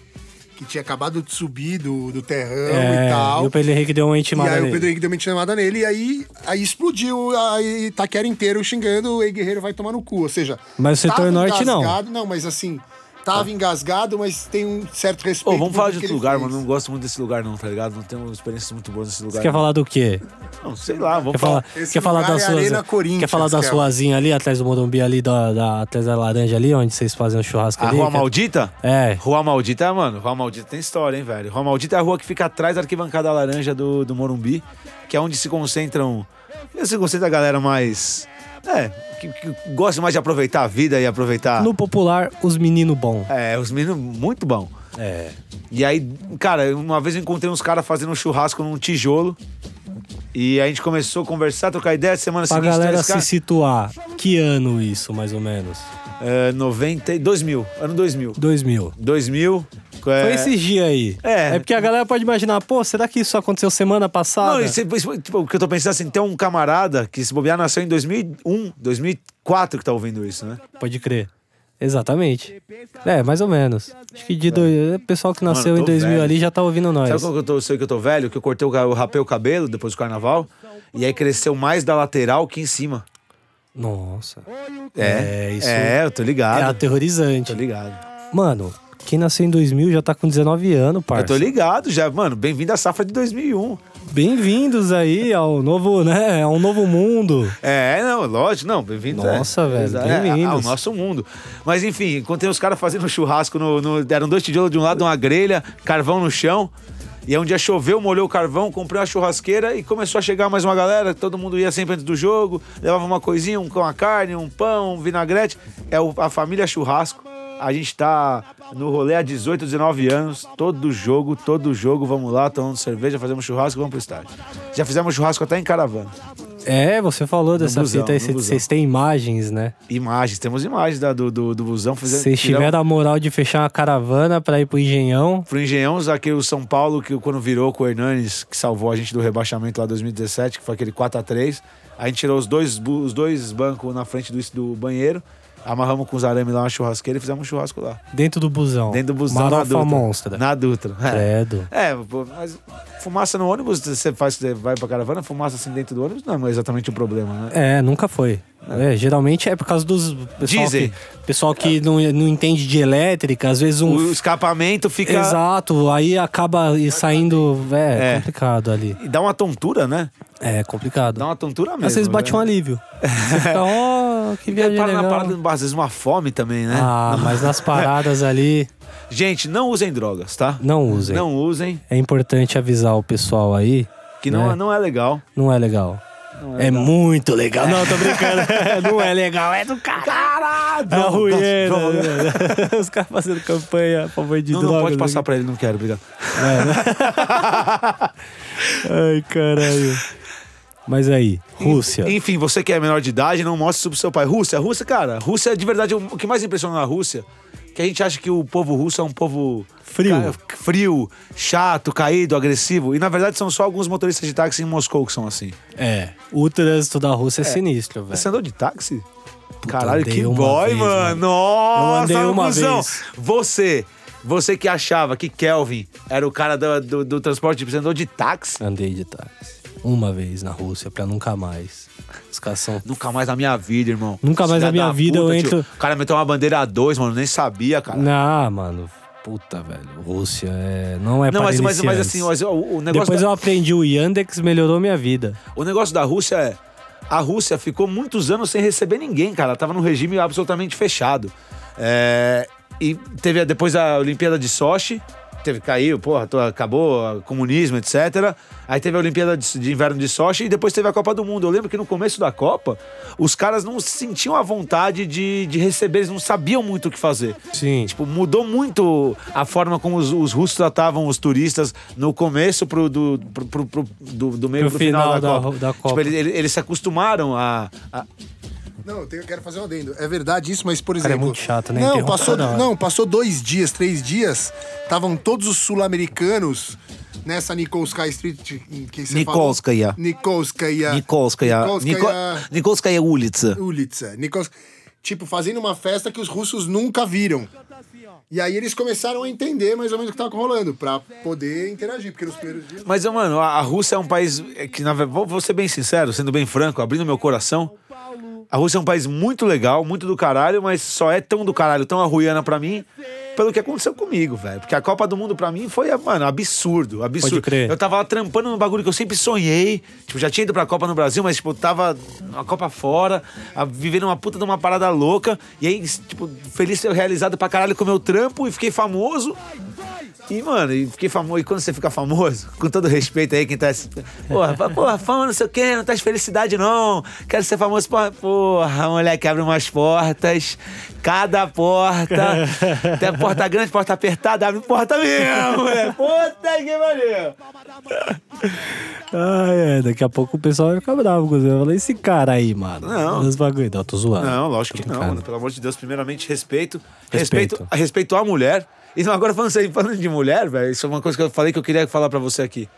S4: que tinha acabado de subir do, do terrão
S2: É,
S4: e tal.
S2: e o Pedro Henrique deu uma
S4: E
S2: intimada
S4: aí o
S2: nele.
S4: Pedro Henrique deu uma chamada nele e aí, aí explodiu a Itaquera inteiro xingando e Guerreiro vai tomar no cu. Ou seja,
S2: Mas o setor
S4: tava
S2: norte, não. Ah.
S4: engasgado, não. mas assim, tava engasgado, mas tem um certo respeito.
S3: Ô, vamos
S4: por
S3: falar de
S4: tudo
S3: outro
S4: que ele
S3: lugar,
S4: fez.
S3: mano. Não gosto muito desse lugar, não, tá ligado? Não tenho experiências muito boas nesse lugar.
S2: Você quer falar do quê?
S3: Não, sei lá, vamos
S2: Quer falar,
S3: falar.
S4: Esse
S2: quer falar da
S4: lugar é
S2: sua.
S4: Arena Corinthians,
S2: quer falar da
S4: Kelvin.
S2: suazinha ali, atrás do Morumbi ali, da, da- atrás da laranja ali, onde vocês fazem o churrasco
S3: A
S2: ali?
S3: Rua
S2: Quer-
S3: Maldita?
S2: É.
S3: Rua Maldita, mano, Rua Maldita tem história, hein, velho. Rua Maldita é a rua que fica atrás da arquibancada laranja do, do Morumbi, que é onde se concentram. Se concentra a galera mais. É, que, que gosta mais de aproveitar a vida e aproveitar.
S2: É. No popular, os menino bom.
S3: É, os meninos muito bom.
S2: É.
S3: E aí, cara, uma vez eu encontrei uns caras fazendo um churrasco num tijolo. E a gente começou a conversar, trocar ideia. Semana
S2: Pra
S3: seguinte,
S2: galera
S3: três
S2: se
S3: caras-
S2: situar, que ano isso, mais ou menos?
S3: É, 90, e- 2000, ano 2000.
S2: 2000.
S3: 2000.
S2: Foi
S3: é,
S2: esses dias aí.
S3: É.
S2: É porque a galera pode imaginar, pô, será que isso aconteceu semana passada?
S3: Não, isso, isso- tipo, o que eu tô pensando assim, tem um camarada que se bobear nasceu em 2001, 2004 que tá ouvindo isso, né?
S2: Pode crer. Exatamente. É, mais ou menos. Acho que de dois... O pessoal que nasceu
S3: Mano,
S2: em
S3: tô
S2: 2000
S3: velho.
S2: ali já tá ouvindo nós.
S3: Sabe como que eu tô, sei que eu tô velho? Que eu cortei o, ca- eu rapei o cabelo depois do carnaval e aí cresceu mais da lateral que em cima.
S2: Nossa.
S3: É,
S2: isso
S3: É, eu tô ligado.
S2: É
S3: Tô
S2: aterrorizante.
S3: ligado.
S2: Mano, quem nasceu em 2000 já tá com 19 anos,
S3: Eu tô
S2: parça.
S3: ligado já, mano. Bem-vindo à safra de 2001.
S2: Bem-vindos aí ao novo, né? A um novo mundo.
S3: É, não, lógico, não, bem-vindo.
S2: Nossa,
S3: é.
S2: velho,
S3: Exa-
S2: bem-vindos.
S3: É, ao nosso mundo. Mas enfim, encontrei os caras fazendo churrasco, no, no- deram dois tijolos de um lado, uma grelha, carvão no chão. E aí um dia choveu, molhou o carvão, comprei uma churrasqueira e começou a chegar mais uma galera. Todo mundo ia sempre antes do jogo, levava uma coisinha, um, uma carne, um pão, um vinagrete. É o- a família churrasco. A gente tá no rolê há 18, 19 anos. Todo jogo, todo jogo, vamos lá, tomamos cerveja, fazemos churrasco, vamos pro estádio. Já fizemos churrasco até em caravana.
S2: É, você falou dessa
S3: busão,
S2: fita aí,
S3: no
S2: cê-
S3: busão.
S2: vocês têm imagens, né?
S3: Imagens, temos imagens da- do, do, do busão. Fizemos-
S2: Vocês
S3: tiramos
S2: tiveram a moral de fechar uma caravana pra ir pro Engenhão.
S3: Pro Engenhão, aquele o São Paulo, que quando virou com o Hernanes, que salvou a gente do rebaixamento lá em 2017, que foi aquele 4x3. A gente tirou os dois, bu- os dois bancos na frente do, do banheiro, amarramos com os arames lá uma churrasqueira e fizemos um churrasco lá.
S2: Dentro do busão.
S3: Dentro do busão, na
S2: Marofa
S3: Dutra.
S2: monstra.
S3: Na Dutra. É.
S2: Credo.
S3: É, pô, mas fumaça no ônibus, você faz, você vai pra caravana, fumaça assim dentro do ônibus, não é exatamente o problema, né?
S2: É, nunca foi. É, geralmente é por causa dos pessoal
S3: Dizem.
S2: que, pessoal que não, não entende de elétrica, às vezes um.
S3: O escapamento fica.
S2: Exato, aí acaba e saindo. É,
S3: É.
S2: complicado ali.
S3: E dá uma tontura, né?
S2: É complicado.
S3: Dá uma tontura mesmo.
S2: às vezes bate
S3: né? É
S2: um alívio. Você fica, ó, que
S3: E aí
S2: viagem
S3: para na
S2: legal.
S3: parada, às vezes uma fome também, né?
S2: Ah, mas nas paradas ali,
S3: Gente, não usem drogas, tá?
S2: não usem.
S3: Não usem,
S2: É importante avisar o pessoal aí
S3: que não,
S2: É.
S3: não é legal.
S2: Não é legal. é muito legal. Não, tô brincando. não é legal, é do caralho.
S3: droga,
S2: É
S3: droga.
S2: droga. Os caras fazendo campanha a favor de
S3: Não,
S2: drogas. É, né?
S3: não pode passar pra ele, não quero, obrigado.
S2: Ai, caralho. Mas aí, Rússia.
S3: Enfim, você que é menor de idade, não mostre isso pro seu pai. Rússia, Rússia, cara, Rússia é de verdade, o que mais impressiona na Rússia que a gente acha que o povo russo é um povo
S2: Frio.
S3: ca- frio, chato, caído, agressivo. E na verdade são só alguns motoristas de táxi em Moscou que são assim.
S2: É, o trânsito da Rússia é, sinistro, velho.
S3: Você andou de táxi? Caralho,
S2: andei
S3: que
S2: uma
S3: boy,
S2: vez,
S3: mano.
S2: mano. Eu
S3: Nossa,
S2: andei uma
S3: cuzão.
S2: vez.
S3: Você, você que achava que Kelvin era o cara do, do, do transporte, tipo, você andou de táxi?
S2: Andei de táxi. Uma vez na Rússia, pra nunca mais. Os caras são...
S3: Nunca mais na minha vida, irmão.
S2: Nunca mais na
S3: Filha
S2: minha
S3: da
S2: vida eu entro-
S3: O cara meteu uma bandeira a dois, mano. Nem sabia, cara. Não,
S2: Não, mano. Puta, velho. Rússia é... não é para
S3: mas, mas, mas
S2: iniciantes.
S3: assim, mas o, o negócio
S2: Depois
S3: da,
S2: eu aprendi o Yandex, melhorou minha vida.
S3: o negócio da Rússia é. a Rússia ficou muitos anos sem receber ninguém, cara. Ela tava num regime absolutamente fechado. É, e teve a- depois a Olimpíada de Sochi, teve, caiu, porra, to- acabou o comunismo, etc. Aí teve a Olimpíada de, de Inverno de Sochi e depois teve a Copa do Mundo. Eu lembro que no começo da Copa, os caras não se sentiam à vontade de, de receber, eles não sabiam muito o que fazer.
S2: Sim.
S3: Tipo, mudou muito a forma como os, os russos tratavam os turistas no começo pro, do, pro, pro- pro- do, do meio
S2: Pro
S3: pro final,
S2: final da
S3: Copa.
S2: ro- da
S3: Tipo,
S2: Copa.
S3: ele- ele- eles, se acostumaram a. a-
S4: Não, eu, tenho- eu quero fazer um adendo. É verdade isso, mas por exemplo.
S2: Cara, é muito chato, né?
S4: Não,
S2: Interrompe
S4: passou,
S2: toda hora.
S4: não, passou dois dias, três dias, estavam todos os sul-americanos nessa Nikolskaya Street que você
S3: Nikolskaya.
S4: falou. Nikolskaya.
S3: Nikolskaya.
S4: É. Nikolskaya.
S3: Niko- Nikolskaya Ulitsa.
S4: Ulitsa. Nikos... Tipo, fazendo uma festa que os russos nunca viram. E aí eles começaram a entender mais ou menos o que tava rolando, pra poder interagir, porque nos primeiros dias.
S3: Mas, mano, a a Rússia é um país que, na verdade, vou- vou ser bem sincero, sendo bem franco, abrindo meu coração. A Rússia é um país muito legal, muito do caralho, mas só é tão do caralho, tão arruiana pra mim, pelo que aconteceu comigo, velho. Porque a Copa do Mundo pra mim foi, mano, absurdo, absurdo.
S2: Pode crer.
S3: Eu tava lá trampando num bagulho que eu sempre sonhei. Tipo, já tinha ido pra Copa no Brasil, mas, tipo, eu tava na Copa fora, a- vivendo uma puta de uma parada louca. E aí, tipo, feliz realizado pra caralho com o meu trampo e fiquei famoso. E, mano, e fiquei famoso. E quando você fica famoso, com todo respeito aí, quem tá. Porra, fa- porra, fama, não sei o quê, não traz felicidade, não. Quero ser famoso. Porra, porra moleque, abre umas portas. Cada porta. Tem porta grande, porta apertada, abre porta mesmo, moleque. Puta que pariu.
S2: Ah, é. Daqui a pouco o pessoal vai ficar bravo com você. Eu falei, esse cara aí, mano.
S3: Não.
S2: Os bagulho. Não, tô zoando.
S3: Não, lógico que
S2: Tô
S3: não,
S2: brincando.
S3: mano. Pelo amor de Deus, primeiramente, respeito.
S2: Respeito.
S3: Respeito, respeito à mulher. E não, agora falando, isso aí, falando de mulher, velho, isso é uma coisa que eu falei que eu queria falar pra você aqui.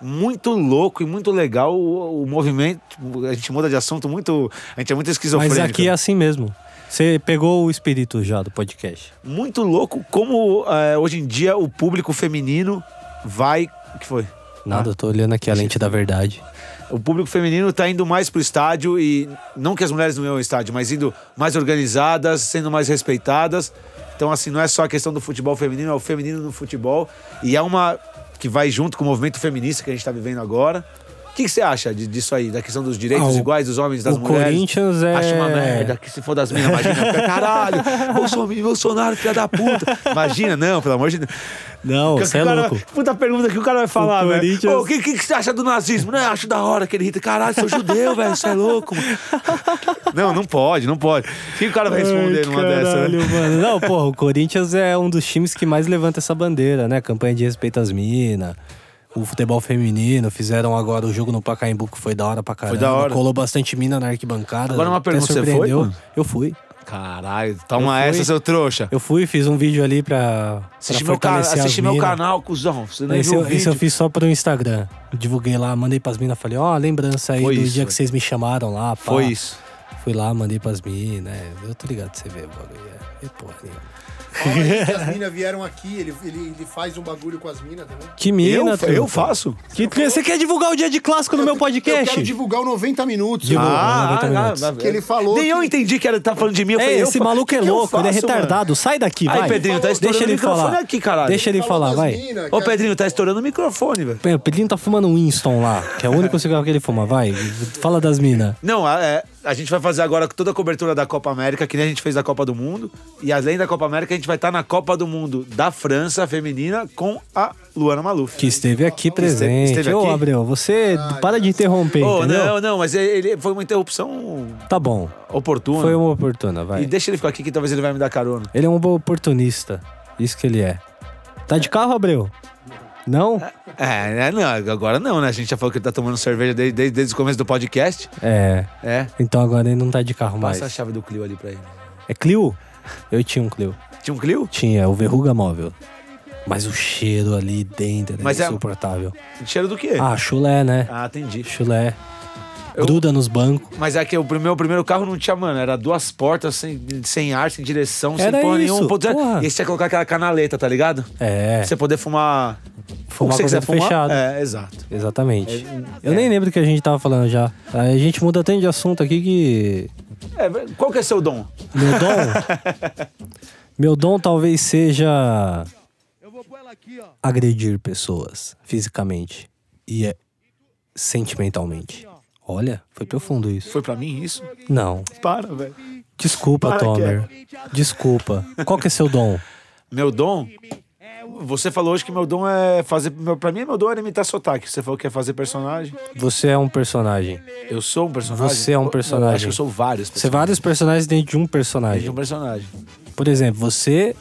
S3: Muito louco e muito legal o, o movimento. A gente muda de assunto muito. A gente é muito esquizofrênico.
S2: Mas aqui é assim mesmo. Você pegou o espírito já do podcast.
S3: Muito louco como é, hoje em dia o público feminino vai. O que foi?
S2: Nada, eu tô olhando aqui a lente da verdade.
S3: O público feminino tá indo mais pro estádio e não que as mulheres não iam ao estádio, mas indo mais organizadas, sendo mais respeitadas. Então, assim, não é só a questão do futebol feminino, é o feminino no futebol. E é uma que vai junto com o movimento feminista que a gente tá vivendo agora. O que que você acha de- disso aí? Da questão dos direitos
S2: Ah, o-
S3: iguais dos homens e das
S2: o
S3: mulheres?
S2: Corinthians é-
S3: Acho uma merda, que se for das minas, imagina. fica, Caralho, Bolsonaro, Bolsonaro, filha da puta. Imagina, não, pelo amor de Deus.
S2: Não,
S3: Que-
S2: você
S3: que
S2: é
S3: o cara-
S2: louco.
S3: Puta pergunta que o cara vai falar,
S2: O
S3: velho.
S2: Corinthians-
S3: Ô, O que, que, que você acha do nazismo? Não, eu acho da hora aquele Hitler. Caralho, sou judeu, velho. Você é louco, mano. Não, não pode, não pode. O que o cara vai responder
S2: Ai,
S3: numa Tá dessa, né?
S2: caralho, mano. Não, porra, o Corinthians é um dos times que mais levanta essa bandeira, né? Campanha de respeito às minas, o futebol feminino, fizeram agora o jogo no Pacaembu, que foi da hora pra caramba.
S3: da hora.
S2: Colou bastante mina na arquibancada.
S3: Agora uma
S2: até
S3: pergunta, você foi,
S2: surpreendeu.
S3: mano?
S2: Eu fui.
S3: Caralho, toma
S2: Eu fui-
S3: essa, seu trouxa.
S2: Eu fui, fiz um vídeo ali pra, pra
S3: Assiste meu, ca-
S2: fortalecer as
S3: assiste meu
S2: mina.
S3: canal, cuzão. Você não
S2: Esse,
S3: viu o
S2: eu- esse
S3: vídeo.
S2: eu fiz só pro Instagram. Divulguei lá, mandei pras minas, falei, ó, lembrança aí
S3: Foi
S2: do
S3: isso,
S2: dia
S3: velho.
S2: que vocês me chamaram lá. Pá.
S3: Foi isso.
S2: Fui lá, mandei pras minas, né? Eu tô ligado que você vê o bagulho. é. E porra, nenhuma.
S4: Olha, que as minas vieram aqui, ele, ele, ele faz um bagulho com as minas também.
S2: Que mina,
S3: Eu,
S2: truta.
S3: eu faço.
S2: Que tri- Você quer divulgar o dia de clássico no meu
S4: Eu
S2: podcast?
S4: quero divulgar o 90 minutos.
S3: um
S2: Divulga.
S4: Ah,
S2: Ah, 90 minutos.
S4: Que ele falou
S3: Nem eu
S4: que-
S3: entendi que ele tá falando de mim. Eu
S2: É,
S3: falei, eu
S2: esse
S3: fa-
S2: maluco é
S3: que que eu
S2: louco, ele é
S3: faço, mano?
S2: retardado. Sai daqui,
S3: Aí,
S2: vai.
S3: Pedrinho, tá estourando
S2: Deixa ele
S3: o microfone
S2: falar.
S3: aqui, caralho.
S2: Deixa ele
S4: falou
S2: falar,
S4: das
S2: vai.
S4: mina, que
S3: Ô,
S4: as-
S3: Pedrinho, tá estourando o microfone, velho.
S2: Pô, O Pedrinho tá fumando um Winston lá, que é o único cigarro que ele fuma, vai. Fala das minas.
S3: Não, a, é, a gente vai fazer agora toda a cobertura da Copa América, que nem a gente fez da Copa do Mundo. E além da Copa América, a gente vai estar na Copa do Mundo da França feminina com a Luana Maluf.
S2: Que esteve aqui presente.
S3: esteve
S2: Ô,
S3: aqui?
S2: Gabriel, você para de interromper,
S3: Oh,
S2: entendeu?
S3: não, não, mas ele foi uma interrupção
S2: Tá bom.
S3: oportuna.
S2: Foi um- uma oportuna, vai.
S3: E deixa ele ficar aqui que talvez ele vai me dar carona.
S2: Ele é um bom oportunista. Isso que ele é. Tá de carro, Abreu? Não?
S3: É, é, não, agora não, né? A gente já falou que ele tá tomando cerveja desde, desde, desde o começo do podcast.
S2: É.
S3: É.
S2: Então agora ele não tá de carro mais.
S3: Passa a chave do Clio ali pra ele.
S2: É Clio? Eu tinha um Clio.
S3: Tinha um Clio?
S2: Tinha, o verruga móvel. Mas o cheiro ali dentro
S3: Mas
S2: era
S3: é-
S2: insuportável.
S3: Cheiro do quê?
S2: Ah, chulé, né?
S3: Ah, entendi.
S2: Chulé.
S3: Eu-
S2: Gruda nos bancos.
S3: Mas é que o meu primeiro carro não tinha, mano, era duas portas sem, sem ar, sem direção, sem
S2: Era
S3: porra
S2: isso,
S3: nenhuma. Ponto-
S2: porra.
S3: E aí você tinha que colocar aquela canaleta, tá ligado?
S2: É.
S3: Pra você poder fumar.
S2: Fumar
S3: o que
S2: com o
S3: você quiser
S2: dedo
S3: fumar.
S2: fechado.
S3: É, exato.
S2: Exatamente.
S3: É-
S2: Eu nem lembro do que a gente tava falando já. A gente muda tanto de assunto aqui que.
S3: É, qual que é seu dom?
S2: Meu dom. meu dom talvez seja. Agredir pessoas fisicamente e é, eh, sentimentalmente. Olha, foi profundo isso.
S3: Foi pra mim isso?
S2: Não.
S3: Para, velho.
S2: Desculpa,
S3: Para que é?
S2: Tomer. Desculpa. Qual que é seu dom?
S3: Meu dom. Você falou hoje que meu dom é fazer. Meu, pra mim, meu dom era imitar sotaque. Você falou que é fazer personagem.
S2: Você é um personagem.
S3: Eu sou um personagem.
S2: Você é um
S3: Eu- eu
S2: personagem.
S3: acho que eu sou vários
S2: Você é
S3: personagens.
S2: vários personagens dentro de um
S3: De
S2: personagem.
S3: um personagem.
S2: Por exemplo, você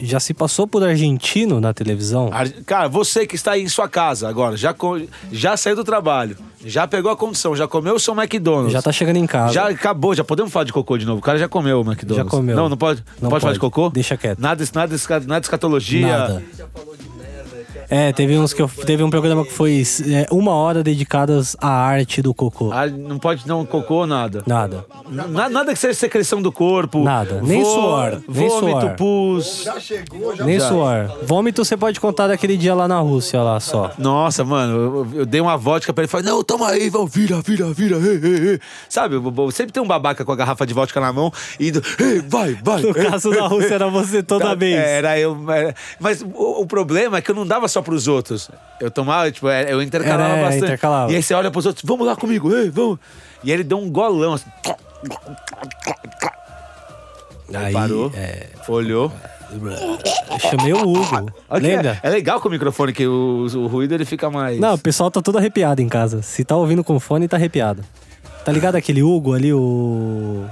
S2: já se passou por argentino na televisão?
S3: Ar- Cara, você que está aí em sua casa agora, já, co- já saiu do trabalho, já pegou a condição, já comeu o seu McDonald's.
S2: Já tá chegando em casa.
S3: Já acabou, já podemos falar de cocô de novo. O cara já comeu o
S2: Já
S3: McDonald's.
S2: comeu.
S3: Não, não pode. Não,
S2: Não
S3: pode, falar
S2: pode.
S3: de cocô?
S2: Deixa quieto.
S3: Nada, nada, esca- nada de escatologia.
S2: Nada. É, teve uns que eu, teve um programa que foi é, uma hora dedicadas à arte do cocô.
S3: Ah, não pode não cocô, nada.
S2: Nada.
S3: Na- nada que seja secreção do corpo.
S2: Nada. Nem
S3: Vô-
S2: suor, nem
S3: Vômito,
S2: suor.
S3: pus.
S4: Já chegou, já
S2: Nem suor. Vômito você pode contar daquele dia lá na Rússia, lá só.
S3: Nossa, mano, eu, eu dei uma vodka pra ele. Falei, não, toma aí, vão, vira, vira, vira. ei, ei, ei." Sabe, eu- eu- sempre tem um babaca com a garrafa de vodka na mão e indo, "Ei, vai, vai.
S2: No
S3: ei,
S2: caso da Rússia era você toda
S3: Tá,
S2: vez.
S3: Era eu. era- Mas o, o problema é que eu não dava só pros outros. Eu tomava, tipo, é, eu intercalava
S2: Era, é,
S3: bastante.
S2: intercalava.
S3: E aí você olha pros outros, vamos lá comigo, ei, vamos. E aí ele deu um golão assim.
S2: Aí,
S3: parou,
S2: é,
S3: olhou.
S2: eu chamei o Hugo.
S3: Olha que
S2: Lembra?
S3: É, é legal com o microfone que o, o ruído ele fica mais.
S2: Não, o pessoal tá todo arrepiado em casa. Se tá ouvindo com fone, tá arrepiado. Tá ligado aquele Hugo ali, o.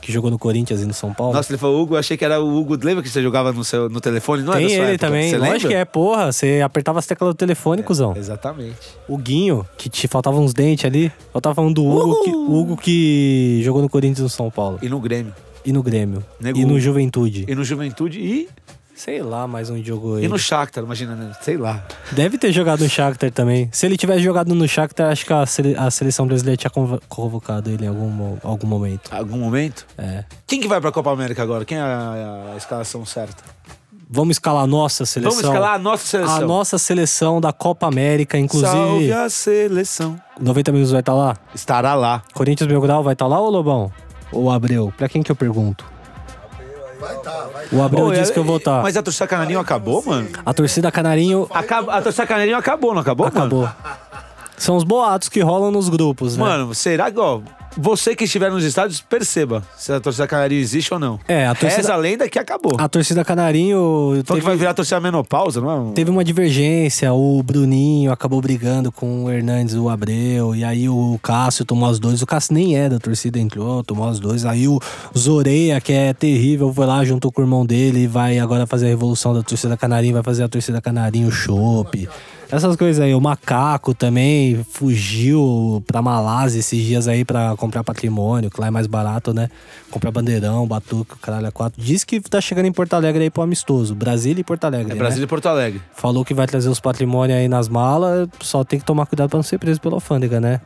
S2: que jogou no Corinthians e no São Paulo?
S3: Nossa, ele falou Hugo, eu achei que era o Hugo. Lembra que você jogava no, seu, no telefone? Não é
S2: Tem
S3: da sua
S2: ele
S3: época?
S2: também.
S3: Você
S2: Lógico que
S3: lembra? É,
S2: é, porra. Você apertava as teclas do telefone, cuzão.
S3: Exatamente.
S2: O Guinho, que te faltava uns dentes ali. Faltava um do Hugo, que, o Hugo que jogou no Corinthians e no São Paulo.
S3: E no Grêmio.
S2: E no Grêmio.
S3: Nego
S2: E
S3: Hugo.
S2: no Juventude.
S3: E no Juventude e,
S2: Sei lá mais onde jogou
S3: e
S2: ele.
S3: no Shakhtar, imagina, né? Sei lá.
S2: Deve ter jogado no Shakhtar também. Se ele tivesse jogado no Shakhtar, acho que a, sele- a seleção brasileira tinha convo- convocado ele em algum, mo- algum momento.
S3: Algum momento?
S2: É.
S3: Quem que vai pra Copa América agora? Quem é a, a escalação certa?
S2: Vamos escalar a nossa seleção.
S3: Vamos escalar a nossa seleção.
S2: A nossa seleção da Copa América,
S3: Salve
S2: inclusive.
S3: a seleção.
S2: 90 minutos vai estar lá?
S3: Estará lá.
S2: Corinthians Belgrau vai estar lá ou Lobão? Ou Abreu? Pra quem que eu pergunto? O Abreu
S3: Ô,
S2: disse
S3: é-
S2: que eu vou tá. estar.
S3: Mas a torcida Canarinho acabou, mano?
S2: A torcida Canarinho
S3: Acab- a torcida Canarinho acabou, não acabou, mano?
S2: acabou. São os boatos que rolam nos grupos, né?
S3: Mano, será que, ó, você que estiver nos estádios, perceba se a torcida Canarinho existe ou não.
S2: É, a torcida-
S3: Reza a lenda que acabou.
S2: A torcida Canarinho
S3: Falou que
S2: teve,
S3: vai virar a torcida menopausa, não é? um-
S2: teve uma divergência. O Bruninho acabou brigando com o Hernandes, o Abreu. E aí o Cássio tomou as dois. O Cássio nem é da torcida, entrou, tomou as dois. Aí o Zoreia, que é terrível, foi lá, juntou com o irmão dele. E vai agora fazer a revolução da torcida Canarinho. Vai fazer a torcida Canarinho chope. Essas coisas aí. O Macaco também fugiu pra Malásia esses dias aí pra comprar patrimônio, que lá é mais barato, né? Comprar bandeirão, batuque, o caralho, a quatro. Diz que tá chegando em Porto Alegre aí pro amistoso. Brasília e Porto Alegre.
S3: É
S2: né?
S3: Brasília e Porto Alegre.
S2: Falou que vai trazer os patrimônios aí nas malas, só tem que tomar cuidado pra não ser preso pela alfândega, né?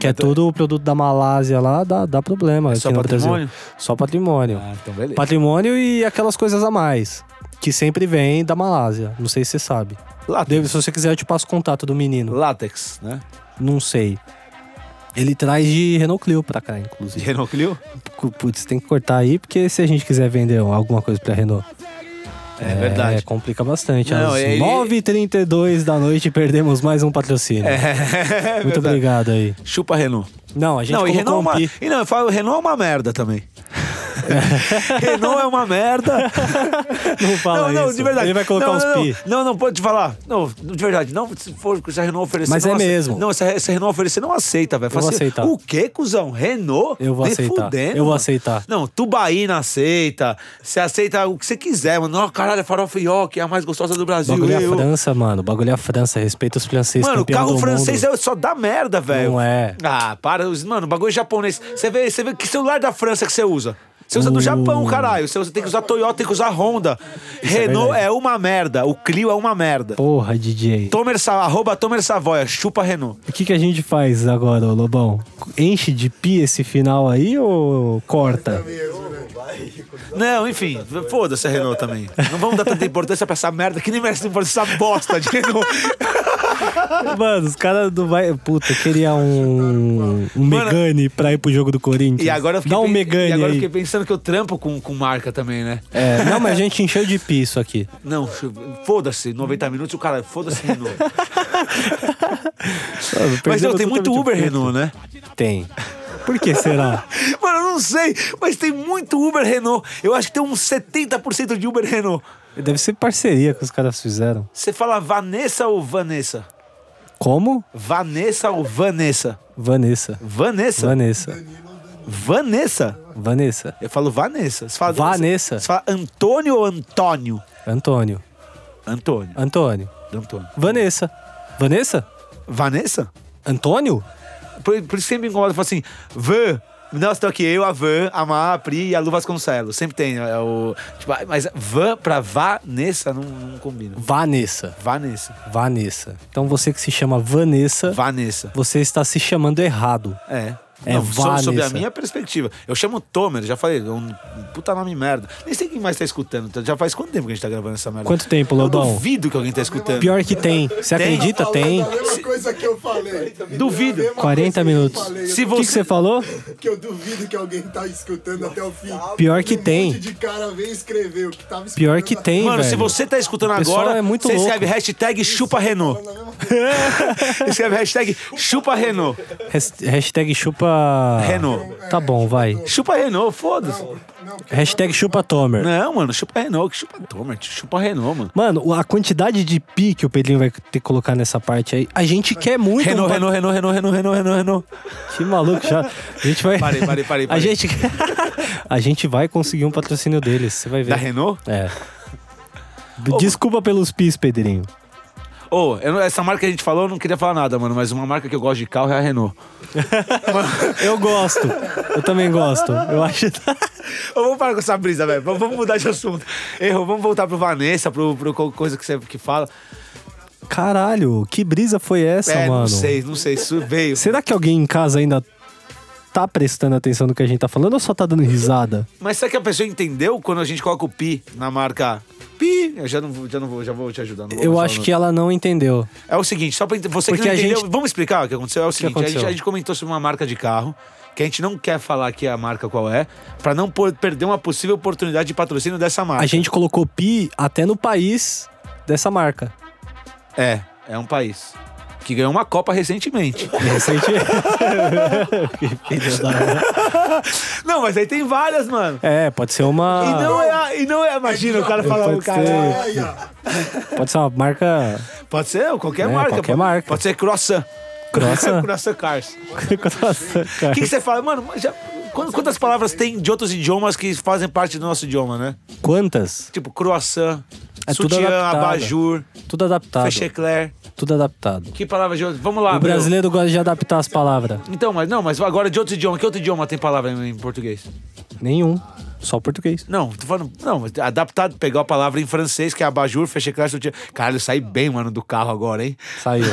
S2: Que é todo o produto da Malásia lá, dá, dá problema.
S3: É só
S2: aqui no
S3: patrimônio?
S2: Brasil. Só patrimônio.
S3: Ah, então beleza.
S2: Patrimônio e aquelas coisas a mais. Que sempre vem da Malásia. Não sei se você sabe. David,
S3: Látex.
S2: se você quiser, eu te passo o contato do menino.
S3: Látex, né?
S2: Não sei. Ele traz de Renault Clio pra cá,
S3: De
S2: inclusive.
S3: Renault Clio.
S2: Putz, tem que cortar aí, porque se a gente quiser vender alguma coisa pra Renault,
S3: É, verdade.
S2: complica bastante.
S3: Não,
S2: Às
S3: ele-
S2: 9h32 da noite, perdemos mais um patrocínio.
S3: É
S2: Muito
S3: verdade.
S2: obrigado aí.
S3: Chupa Renault.
S2: Não, a gente
S3: Não, e Renault,
S2: colocou
S3: é
S2: um
S3: uma...
S2: pi.
S3: e não, eu falo, Renault é uma merda também. Renault é uma merda.
S2: Não fala
S3: não, não,
S2: isso.
S3: de verdade.
S2: Ele vai colocar
S3: não,
S2: uns
S3: não,
S2: pi.
S3: Não, não, não, pode te falar. Não, de verdade. Não, se for se a Renault oferecer.
S2: Mas
S3: não
S2: é
S3: ace-
S2: mesmo.
S3: Não, se a, se a Renault oferecer, não aceita, velho.
S2: Eu vou
S3: Fala assim,
S2: aceitar.
S3: O quê, cuzão? Renault?
S2: Eu vou
S3: Nem
S2: aceitar.
S3: Fudendo,
S2: Eu vou
S3: mano.
S2: aceitar.
S3: Não, Tubaína aceita. Você aceita o que você quiser, mano. Não, caralho, a farofa York é a mais gostosa do Brasil.
S2: Bagulho é a
S3: Eu-
S2: França, mano. Bagulho é a França. Respeita os franceses.
S3: Mano, o
S2: campeão
S3: carro
S2: do
S3: francês
S2: mundo.
S3: é só dá merda, velho.
S2: Não é.
S3: Ah, para. os- Mano, bagulho japonês. Você vê, você vê que celular da França que você usa? Você usa do Japão, caralho. Você usa- tem que usar Toyota, tem que usar Honda. Renault
S2: verdade.
S3: é, uma merda. O Clio é uma merda.
S2: Porra, DJ.
S3: Tomer Sa... Arroba Tomer Savoia. Chupa Renault.
S2: O que, que a gente faz agora, ô Lobão? Enche de pi esse final aí ou corta?
S3: Não, enfim. Foda-se a Renault também. Não vamos dar tanta importância pra essa merda que nem merece importância essa bosta de Renault.
S2: Mano, os caras do vai. Puta, eu queria um. Um
S3: Mano,
S2: Megane pra ir pro jogo do Corinthians.
S3: E agora eu fiquei,
S2: Dá um
S3: pen- e
S2: Megane
S3: agora eu
S2: aí.
S3: fiquei pensando que eu trampo com, com marca também, né?
S2: É, não, mas a gente encheu de pi isso aqui.
S3: Não, foda-se, 90 minutos, o cara, foda-se Renault. Mas não, tem muito Uber Renault, né?
S2: Tem. Por que será?
S3: Mano, eu não sei, mas tem muito Uber Renault. Eu acho que tem uns 70% de Uber Renault.
S2: Deve ser parceria que os caras fizeram.
S3: Você fala Vanessa ou Vanessa?
S2: Como?
S3: Vanessa ou Vanessa?
S2: Vanessa.
S3: Vanessa?
S2: Vanessa.
S3: Vanessa?
S2: Vanessa.
S3: Eu falo Vanessa. Você fala,
S2: Vanessa.
S3: Você fala Antônio ou Antônio?
S2: Antônio.
S3: Antônio.
S2: Antônio.
S3: Antônio.
S2: Vanessa. Vanessa?
S3: Vanessa?
S2: Antônio?
S3: Por, por isso que sempre me incomoda, fala assim, Van. Nossa, tô aqui eu, a Van, a Má, a Pri e a Lu Vasconcelos. Sempre tem. É o, tipo, ah, mas Van pra Vanessa não, não combina.
S2: Vanessa.
S3: Vanessa.
S2: Vanessa. Então você que se chama Vanessa,
S3: Vanessa.
S2: você está se chamando errado.
S3: É.
S2: É
S3: não, so- Sobre a
S2: Vanessa.
S3: minha perspectiva. Eu chamo Tomer, já falei, é um puta nome merda. Nem sei quem mais tá escutando. então Já faz quanto tempo que a gente tá gravando essa merda?
S2: Quanto tempo,
S3: Eu
S2: Lodão?
S3: duvido que alguém tá escutando.
S2: Pior que tem. Você
S3: Tem?
S2: acredita?
S4: Falando
S2: Tem.
S4: A mesma coisa que eu falei. É
S3: Duvido.
S4: A mesma
S2: 40
S4: coisa que eu
S2: minutos.
S4: falei.
S3: assim. Se
S2: O que, que
S3: você
S2: você falou?
S4: Que eu duvido que alguém tá escutando até o fim.
S2: Pior que
S4: um
S2: tem.
S4: monte de cara vem escrever o que tava escutando.
S2: Pior que tem,
S3: Mano,
S2: velho.
S3: se você tá escutando
S2: O pessoal
S3: agora,
S2: é muito
S3: você
S2: louco.
S3: escreve hashtag chupa Renault. escreve hashtag chupa Renault.
S2: Has- Hashtag chupa...
S3: Renault.
S2: Tá bom, vai.
S3: Chupa Renault, foda-se.
S2: Hashtag chupa Tomer.
S3: Não, mano, chupa Renault, que chupa Tomer, chupa Renault, mano.
S2: Mano, a quantidade de pi que o Pedrinho vai ter que colocar nessa parte aí, a gente quer muito. um
S3: Renault,
S2: pa-
S3: Renault, Renault, Renault, Renault, Renault, Renault, Renault.
S2: Que maluco já. A gente vai.
S3: Parei, parei, parei,
S2: A
S3: parei.
S2: gente, a gente vai conseguir um patrocínio deles, você vai ver.
S3: Da Renault?
S2: É. Desculpa pelos pis, Pedrinho.
S3: Ô, eu não- essa marca que a gente falou, eu não queria falar nada, mano, mas uma marca que eu gosto de carro é a Renault.
S2: Eu gosto. Eu também gosto. Eu acho.
S3: Ô, vamos parar com essa brisa, velho. Vamos vamos mudar de assunto. Erro, vamos voltar pro Vanessa, pro, pro co- coisa que você que fala.
S2: Caralho, que brisa foi essa,
S3: é,
S2: mano?
S3: não sei, não sei, isso veio.
S2: Será que alguém em casa ainda tá prestando atenção no que a gente tá falando ou só tá dando risada?
S3: Mas será que a pessoa entendeu quando a gente coloca o pi na marca pi? Eu já não vou, já não vou, já vou te ajudar. não vou
S2: Eu
S3: falar
S2: acho
S3: o
S2: que ela não entendeu.
S3: É o seguinte, só pra ent- você
S2: Porque
S3: que não
S2: a
S3: entendeu,
S2: gente-
S3: vamos explicar o que aconteceu. É o seguinte, a
S2: aconteceu?
S3: gente, a gente comentou sobre uma marca de carro, que a gente não quer falar aqui a marca qual é, pra não por- perder uma possível oportunidade de patrocínio dessa marca.
S2: A gente colocou pi até no país dessa marca.
S3: É, é um país que ganhou uma Copa recentemente.
S2: Recente.
S3: não, mas aí tem várias, mano.
S2: é, pode ser
S3: E não
S2: uma.
S3: é, a- e não é, imagina o cara falar, o
S2: Pode
S3: cara, é
S2: ser.
S4: Aí, ó.
S2: Pode ser uma marca.
S3: pode ser qualquer
S2: É,
S3: marca,
S2: qualquer
S3: pode,
S2: marca.
S3: pode ser croissant.
S2: Croissant?
S3: croissant Cars.
S2: Nossa,
S3: O
S2: cara.
S3: que, que você fala? Mano, mas já- quan- quantas palavras tem de outros idiomas que fazem parte do nosso idioma, né?
S2: Quantas?
S3: Tipo, croissant,
S2: É tudo
S3: sutiã,
S2: adaptado.
S3: abajur,
S2: Tudo adaptado.
S3: fechecler.
S2: Tudo adaptado.
S3: Que palavra de outro? Vamos lá,
S2: O
S3: meu.
S2: brasileiro gosta de adaptar as palavras.
S3: Então, mas não, mas agora de outro idioma. Que outro idioma tem palavra em, em português?
S2: Nenhum. Só o português.
S3: Não, tô falando. Não, mas adaptado, pegar a palavra em francês, que é abajur, fechecler, sutiã. Caralho, eu saí bem, mano, do carro agora, hein?
S2: Saiu.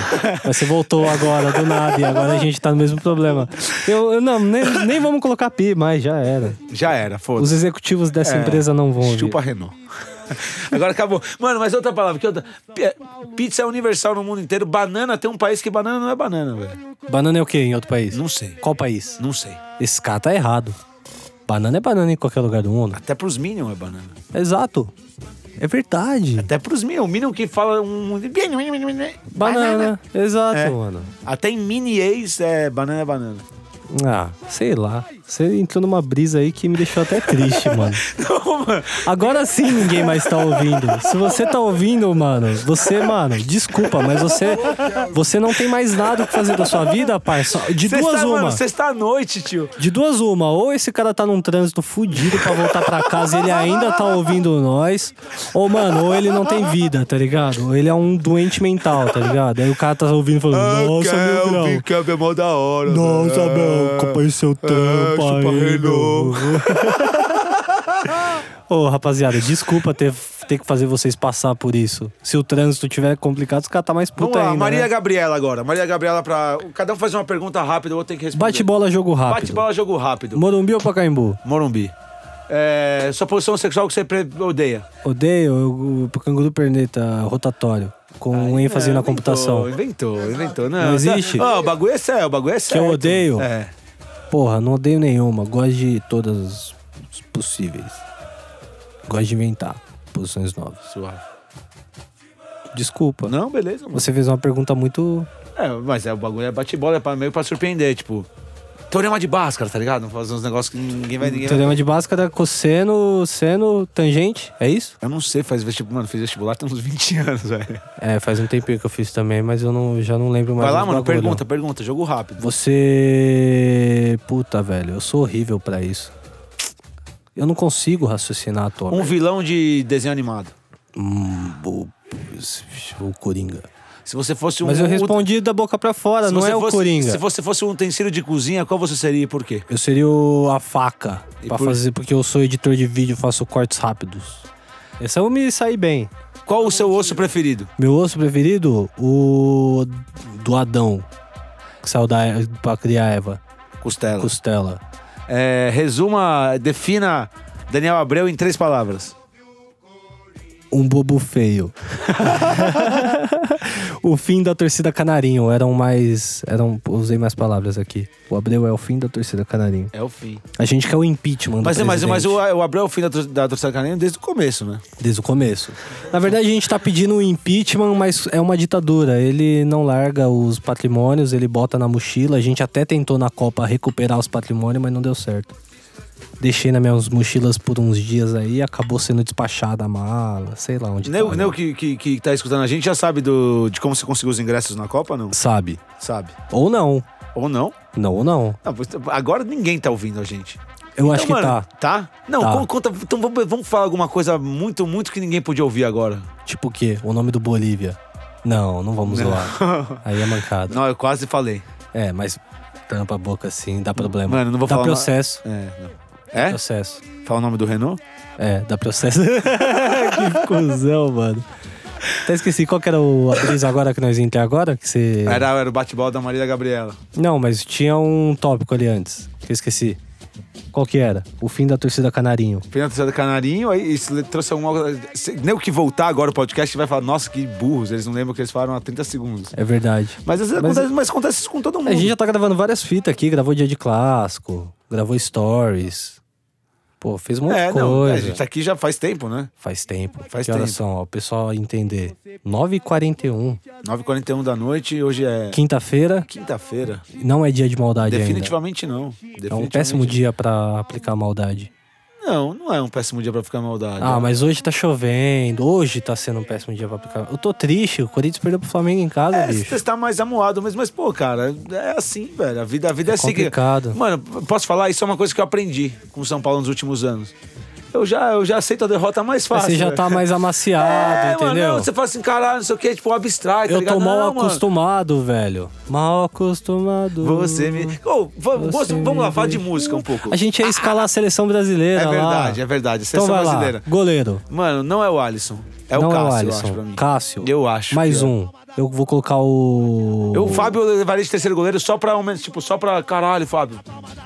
S2: Mas você voltou agora, do nada, e agora a gente tá no mesmo problema. Eu, eu não, nem, nem vamos colocar pi, mas já era.
S3: Já era,
S2: Os
S3: foda-se.
S2: executivos dessa
S3: É.
S2: empresa não vão. ouvir.
S3: Chupa Renault. Agora acabou. Mano, mas outra palavra. Que outra? Pi- Pizza é universal no mundo inteiro. Banana tem um país que banana não é banana, velho.
S2: Banana é o quê em outro país?
S3: Não sei.
S2: Qual país?
S3: Não sei.
S2: Esse cara tá errado. Banana é banana em qualquer lugar do mundo.
S3: Até pros Minion é banana.
S2: Exato. É verdade.
S3: Até pros Minion. O Minion que fala um.
S2: Banana. Exato,
S3: É.
S2: mano.
S3: Até em mini ex é banana é banana.
S2: Ah, sei lá. Você entrou numa brisa aí que me deixou até triste, mano.
S3: Não, mano.
S2: Agora sim ninguém mais tá ouvindo. Se você tá ouvindo, mano, você, mano, desculpa, mas você você não tem mais nada o que fazer da sua vida, parça. De
S3: Sexta,
S2: duas uma.
S3: tá, mano, sexta à noite, tio.
S2: De duas uma, ou esse cara tá num trânsito fudido pra voltar pra casa e ele ainda tá ouvindo nós, ou, mano, ou ele não tem vida, tá ligado? Ou ele é um doente mental, tá ligado? Aí o cara tá ouvindo e falando, nossa, meu grau.
S3: Camp Ah, é mó da hora.
S2: Nossa, meu, acompanha seu trampo
S3: ah, chupa
S2: aí, meu.
S3: Renault.
S2: Ô, rapaziada, desculpa ter, ter que fazer vocês passar por isso. Se o trânsito tiver complicado, os caras tá mais
S3: Vamos
S2: puta
S3: lá,
S2: ainda,
S3: Maria
S2: né?
S3: Gabriela agora. Maria Gabriela pra. Cada um faz uma pergunta rápida, o outro tem que responder.
S2: Bate bola, jogo rápido.
S3: Bate bola, jogo rápido.
S2: Morumbi ou Pacaembu?
S3: Morumbi. É, sua posição sexual que você pre- odeia.
S2: Odeio eu- o Canguru Perneta rotatório. com ênfase
S3: É,
S2: na
S3: inventou,
S2: computação.
S3: Inventou, inventou. Não,
S2: Não existe?
S3: Ó, o bagulho é sério, o bagulho é sério.
S2: eu odeio.
S3: É.
S2: Porra, não odeio nenhuma. Gosto de todas as possíveis. Gosto de inventar posições novas.
S3: Suave.
S2: Desculpa.
S3: Não, beleza, mano.
S2: Você fez uma pergunta muito.
S3: É, mas é, o bagulho é bate-bola, é pra- meio pra surpreender, tipo. Teorema de Bhaskara, tá ligado? Fazer uns negócios que ninguém vai. Ninguém vai-
S2: Teorema de Bhaskara, cosseno, seno, tangente. É isso?
S3: Eu não sei, faz vestibular. Mano, fiz vestibular tem uns 20 anos, velho.
S2: É, faz um tempinho que eu fiz também, mas eu não, já não lembro mais.
S3: Vai lá,
S2: os
S3: mano,
S2: bagulho.
S3: pergunta, pergunta, jogo rápido.
S2: Você. Puta, velho, eu sou horrível pra isso. Eu não consigo raciocinar à toa.
S3: Um vilão de desenho animado.
S2: Hum, bo- o Coringa.
S3: Se você fosse um.
S2: Mas eu
S3: ut-
S2: respondi da boca pra fora,
S3: se
S2: não
S3: você
S2: é o
S3: fosse-
S2: Coringa.
S3: Se você fosse um utensílio de cozinha, qual você seria e por quê?
S2: Eu seria o- a faca
S3: E
S2: pra
S3: por-
S2: fazer, porque eu sou editor de vídeo, faço cortes rápidos. Essa eu me saí bem.
S3: Qual o seu osso preferido?
S2: Meu osso preferido, o do Adão, que saiu da E- pra criar Eva,
S3: Costela.
S2: costela.
S3: É, resuma, defina Daniel Abreu em três palavras.
S2: Um bobo feio. o fim da torcida canarinho, eram mais, eram, usei mais palavras aqui. O Abreu é o fim da torcida canarinho.
S3: É o fim.
S2: A gente quer o impeachment
S3: Mas,
S2: do
S3: mas, mas o,
S2: presidente,
S3: o Abreu é o fim da, tor- da torcida canina desde o começo, né?
S2: desde o começo. Na verdade a gente tá pedindo o impeachment, mas é uma ditadura. Ele não larga os patrimônios, ele bota na mochila. A gente até tentou na Copa recuperar os patrimônios, mas não deu certo. Deixei nas minhas mochilas por uns dias aí, e acabou sendo despachada a mala, sei lá onde
S3: Neu,
S2: tá,
S3: Neu
S2: né?
S3: que, que, que tá escutando a gente já sabe do, de como você conseguiu os ingressos na Copa, não?
S2: Sabe?
S3: Sabe.
S2: Ou não.
S3: Ou não?
S2: Não, ou não.
S3: Não, pois- agora ninguém tá ouvindo a gente.
S2: Eu acho que
S3: Então, mano,
S2: tá.
S3: Não,
S2: Tá.
S3: con- conta. Então vamos, vamos falar alguma coisa muito, muito que ninguém podia ouvir agora.
S2: Tipo o quê? O nome do Bolívia. Não, não vamos lá. Aí é mancada.
S3: Não, eu quase falei.
S2: É, mas tampa a boca assim, dá problema.
S3: Mano, não vou
S2: dá
S3: falar.
S2: processo.
S3: É, não. é?
S2: Processo.
S3: Fala o nome do Renault?
S2: É, dá processo. que cuzão, mano. Até esqueci qual que era o a brisa agora que nós íamos ter agora, que você...
S3: Era, era o bate-bola da Maria Gabriela.
S2: Não, mas tinha um tópico ali antes, que eu esqueci. Qual que era? O fim da torcida canarinho.
S3: Fernando César Canarinho, aí isso le- trouxe alguma coisa. se- Nem o que voltar agora o podcast vai falar, nossa, que burros, eles não lembram o que eles falaram há 30 segundos.
S2: É verdade.
S3: Mas, às vezes
S2: Mas- é-
S3: acontece, mas acontece isso com todo mundo.
S2: A gente já tá gravando várias fitas aqui, gravou dia de clássico, gravou stories. Pô, fez um monte
S3: é,
S2: de
S3: não,
S2: coisa.
S3: a gente tá aqui já faz tempo, né?
S2: Faz tempo.
S3: Faz
S2: que horas
S3: tempo.
S2: são, ó, o pessoal entender. 9h41,
S3: 9h41 da noite, hoje é
S2: quinta-feira,
S3: quinta-feira.
S2: não é dia de maldade ainda.
S3: Definitivamente não.
S2: É um péssimo dia pra aplicar maldade.
S3: Não, não é um péssimo dia pra ficar maldade.
S2: Ah, mas hoje tá chovendo, hoje tá sendo um péssimo dia pra aplicar. Eu tô triste, o Corinthians perdeu pro Flamengo em casa,
S3: É,
S2: bicho.
S3: você está mais amuado mesmo, mas, pô, cara, é assim, velho. A vida, a vida é, assim. que-
S2: complicado.
S3: Mano, posso falar? Isso é uma coisa que eu aprendi com o São Paulo nos últimos anos. Eu já, eu já aceito a derrota
S2: Mas
S3: mais fácil.
S2: você já
S3: velho.
S2: tá mais amaciado,
S3: É,
S2: entendeu?
S3: Mano, não, você fala assim, caralho, não sei o que, tipo, abstrai, tá
S2: Eu
S3: ligado?
S2: tô mal
S3: Não, mano.
S2: acostumado, velho. Mal acostumado.
S3: Você me. Ô, va-
S2: Você
S3: moço, vamos lá,
S2: me
S3: fala de
S2: deixou.
S3: música um pouco.
S2: A gente ia escalar a seleção brasileira.
S3: É
S2: lá.
S3: verdade, é verdade.
S2: Então
S3: Seleção
S2: vai
S3: brasileira.
S2: lá. Goleiro.
S3: Mano, não é o Alisson. É
S2: não
S3: o
S2: é
S3: Cássio,
S2: o
S3: eu acho, pra mim.
S2: Alisson. Cássio.
S3: Eu acho.
S2: Mais
S3: que é.
S2: um. Eu vou colocar o.
S3: Eu, o Fábio, eu levaria de terceiro goleiro só pra, ao menos, tipo, só pra. Caralho, Fábio.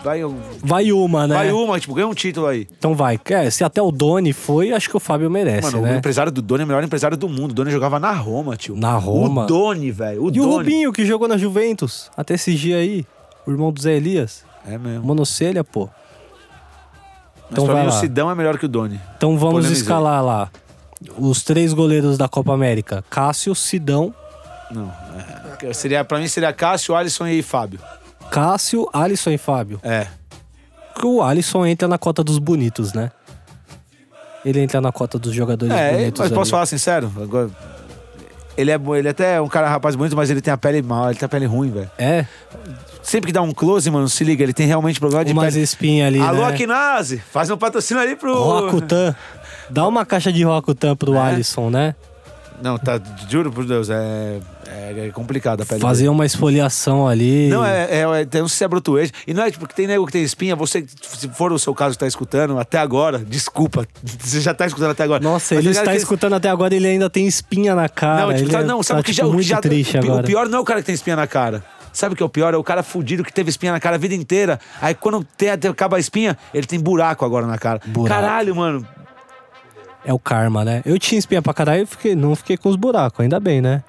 S3: Vai,
S2: Vai uma, né?
S3: vai uma, tipo, ganha um título aí.
S2: Então vai. É, se até o Doni foi, acho que o Fábio merece,
S3: Mano, o
S2: né?
S3: empresário do Doni é o melhor empresário do mundo. O Doni jogava na Roma, tio.
S2: Na Roma?
S3: O Doni, velho. O
S2: E o
S3: Doni.
S2: Rubinho, que jogou na Juventus até esse dia aí. O irmão do Zé Elias.
S3: É mesmo.
S2: Monocelha, pô.
S3: Mas
S2: Então
S3: pra
S2: vai
S3: mim, o
S2: lá.
S3: Sidão é melhor que o Doni.
S2: Então vamos
S3: Polemizei.
S2: escalar lá. Os três goleiros da Copa América: Cássio, Sidão,
S3: Não. é. Seria, pra mim seria Cássio, Alisson e Fábio.
S2: Cássio, Alisson e Fábio.
S3: É.
S2: Que o Alisson entra na cota dos bonitos, né? Ele entra na cota dos jogadores
S3: É,
S2: bonitos.
S3: mas
S2: ali.
S3: posso falar sincero? Agora, ele é bo- ele até é um cara rapaz bonito, mas ele tem a pele mal, ele tem a pele ruim, velho.
S2: É,
S3: Sempre que dá um close, mano, se liga, ele tem realmente problema de
S2: umas
S3: pele.
S2: espinhas ali.
S3: Alô,
S2: né?
S3: Akinazi, faz um patrocínio ali pro.
S2: Roacutan. Dá uma caixa de Roacutan
S3: É.
S2: pro Alisson, né?
S3: Não, tá, juro por Deus, é, é, é complicado a pele.
S2: Fazer um- uma esfoliação ali.
S3: Não, é, é, é- tem um sebrotuejo. E não é tipo, que tem nego que tem espinha, você, se for o seu caso que tá escutando até agora, desculpa, você já tá escutando até agora.
S2: Nossa, ele
S3: Mas tem
S2: está
S3: cara que-
S2: escutando até agora, ele ainda tem espinha na cara.
S3: Não, tipo,
S2: ele
S3: tá- não, sabe
S2: tá,
S3: o que
S2: tipo,
S3: já, o que
S2: muito
S3: já
S2: triste
S3: o pi-
S2: agora.
S3: O pior não é o cara que tem espinha na cara. Sabe o que é o pior? É o cara fudido que teve espinha na cara a vida inteira. Aí quando tem, até acaba a espinha, ele tem buraco agora na cara.
S2: Buraco.
S3: Caralho, mano.
S2: É o karma, né? Eu tinha espinha pra caralho e fiquei- não fiquei com os buracos, ainda bem, né?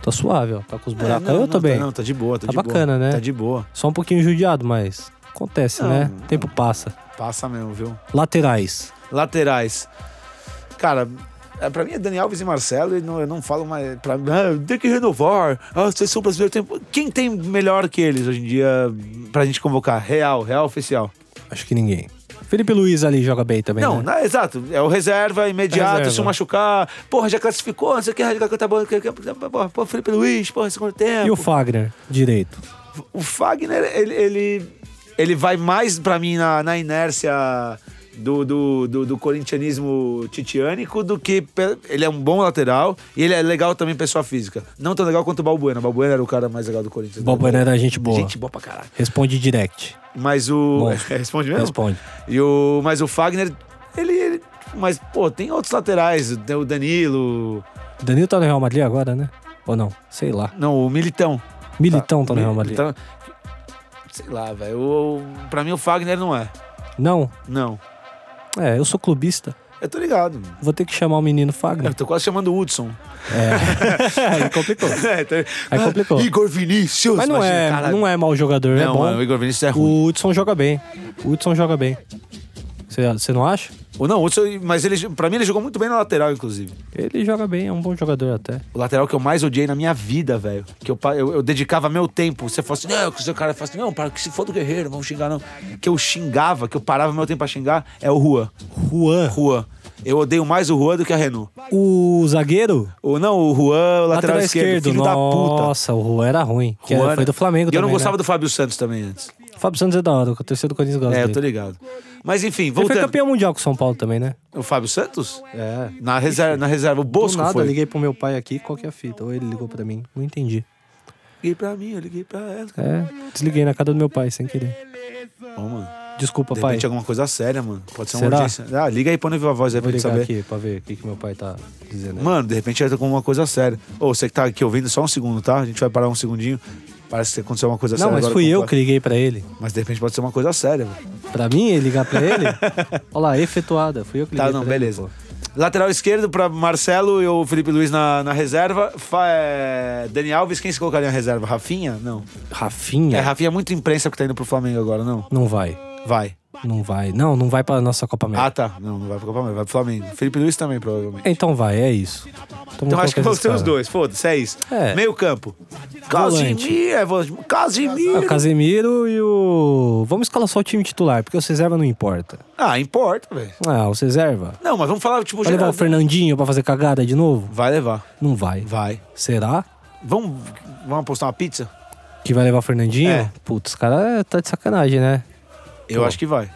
S2: Tô suave, ó. Tá com os
S3: É,
S2: buracos.
S3: não,
S2: eu
S3: não,
S2: tô bem.
S3: Tá, não, tá de boa, tá,
S2: Tá
S3: de boa.
S2: bacana, né?
S3: Tá de boa.
S2: Só um pouquinho judiado, mas acontece,
S3: Não,
S2: né?
S3: não.
S2: Tempo passa.
S3: Passa mesmo, viu?
S2: Laterais.
S3: Laterais. Cara, é, pra mim é Dani Alves e Marcelo, e não, eu não falo mais. Pra, ah, tem que renovar. Ah, vocês são brasileiros. Tem, quem tem melhor que eles hoje em dia pra gente convocar? Real, real oficial.
S2: Acho que ninguém. Felipe Luiz ali joga bem também.
S3: não,
S2: né?
S3: não, exato. É o reserva imediato,
S2: Reserva.
S3: se machucar. Porra, já classificou, não sei o que, já tá bom. que- que- Porra, pô, Felipe Luiz, porra, segundo tempo.
S2: E o Fagner, direito.
S3: o Fagner, ele, ele, ele vai mais pra mim na, na inércia do, do, do, do corintianismo titiânico do que. pe- Ele é um bom lateral e ele é legal também, pessoa física. Não tão legal quanto o Balbuena. O Balbuena era o cara mais legal do Corinthians. né?
S2: O Balbuena era gente boa.
S3: Gente boa pra caralho.
S2: Responde direct.
S3: Mas o.
S2: Bom.
S3: Responde mesmo?
S2: Responde.
S3: E o, mas o Fagner, ele, ele. Mas, pô, tem outros laterais. Tem o Danilo.
S2: O Danilo tá no Real Madrid agora, né? Ou não? Sei lá.
S3: Não, o Militão.
S2: Militão tá no Real Madrid.
S3: Militão- Sei lá, velho. O- Pra mim, o Fagner não é.
S2: Não.
S3: Não.
S2: É, eu sou clubista.
S3: Eu tô ligado.
S2: Vou ter que chamar o menino Fagner.
S3: Eu tô quase chamando o Hudson.
S2: É, complicou.
S3: É, tá-
S2: Aí complicou.
S3: Ah, Igor Vinícius.
S2: Mas não é, não é mau jogador, é
S3: Não,
S2: bom.
S3: mano, o Igor Vinícius é ruim.
S2: O Hudson joga bem. O Hudson joga bem. Você você não acha?
S3: O... Não, o Hudson, mas ele, pra mim ele jogou muito bem na lateral, inclusive.
S2: Ele joga bem, é um bom jogador até.
S3: O lateral que eu mais odiei na minha vida, velho. Que eu, pa- eu, eu dedicava meu tempo. Você fosse, não, que o seu cara fala assim, não, para que se for do guerreiro, não vamos xingar, não. Que eu xingava, que eu parava meu tempo pra xingar, é o Juan.
S2: Juan.
S3: Juan. Eu odeio mais o Juan do que a Renault.
S2: O zagueiro?
S3: O, não, o Juan, o lateral, esquerdo, filho da puta.
S2: Nossa, o Juan era ruim. Que era-
S3: Juan-
S2: foi do Flamengo
S3: E eu não
S2: também,
S3: gostava
S2: né?
S3: do Fábio Santos também antes.
S2: Fábio Santos é da hora, o terceiro do Corinthians gosta
S3: É, eu
S2: dele.
S3: tô ligado. Mas enfim,
S2: Ele foi
S3: voltando.
S2: campeão mundial com o São Paulo também, né?
S3: O Fábio Santos? É. Na reserva, na reserva. o Bosco
S2: do nada,
S3: foi.
S2: liguei pro meu pai aqui, qual que é a fita? Ou ele ligou pra mim, não entendi.
S3: Liguei pra mim, eu liguei pra ela.
S2: É, desliguei na casa do meu pai, sem querer.
S3: Ó, mano.
S2: Desculpa,
S3: De
S2: pai.
S3: repente alguma coisa séria, mano. Pode ser uma
S2: Será?
S3: urgência. Ah, liga aí pra não viva a voz aí
S2: Vou
S3: pra gente
S2: ligar
S3: saber.
S2: aqui pra ver o que, que meu pai tá dizendo. aí.
S3: Mano, de repente eu tô com alguma coisa séria. Ô, você que tá aqui ouvindo, só um segundo, tá? A gente vai parar um segundinho. Parece que aconteceu uma coisa
S2: não,
S3: séria.
S2: mas
S3: agora
S2: fui
S3: com o
S2: eu
S3: Fla-
S2: que liguei pra ele.
S3: Mas de repente pode ser uma coisa séria, velho.
S2: Pra mim, ligar pra ele? Olha lá, efetuada. Fui eu que liguei
S3: Tá, não,
S2: pra ele,
S3: beleza.
S2: pô.
S3: Lateral esquerdo pra Marcelo e o Felipe Luiz na, na reserva. Fa... é, Dani Alves, quem se colocaria na reserva? Rafinha? Não.
S2: Rafinha?
S3: É, Rafinha é muito imprensa que tá indo pro Flamengo agora, não?
S2: Não vai.
S3: Vai.
S2: Não vai. Não, não vai pra nossa Copa América.
S3: Ah, tá. Não, não vai pro Copa América, vai pro Flamengo. Felipe Luiz também, provavelmente.
S2: Então vai, é isso.
S3: Ah. Então acho que vão
S2: você
S3: ser os dois, foda-se, é isso.
S2: É.
S3: Meio campo.
S2: Volante. Ah,
S3: Casimiro, é volante.
S2: O
S3: Casimiro.
S2: Casemiro e o. Vamos escalar só o time titular, porque os reserva não importa.
S3: Ah, importa, velho.
S2: Ah, os reserva.
S3: Não, mas vamos falar, tipo,
S2: Vai levar o Fernandinho pra fazer cagada de novo?
S3: Vai levar.
S2: Não vai.
S3: Vai.
S2: Será?
S3: Vamos, vamos apostar uma pizza?
S2: Que vai levar o Fernandinho?
S3: É.
S2: Putz, os cara tá de sacanagem, né?
S3: Eu
S2: Pô.
S3: acho que vai.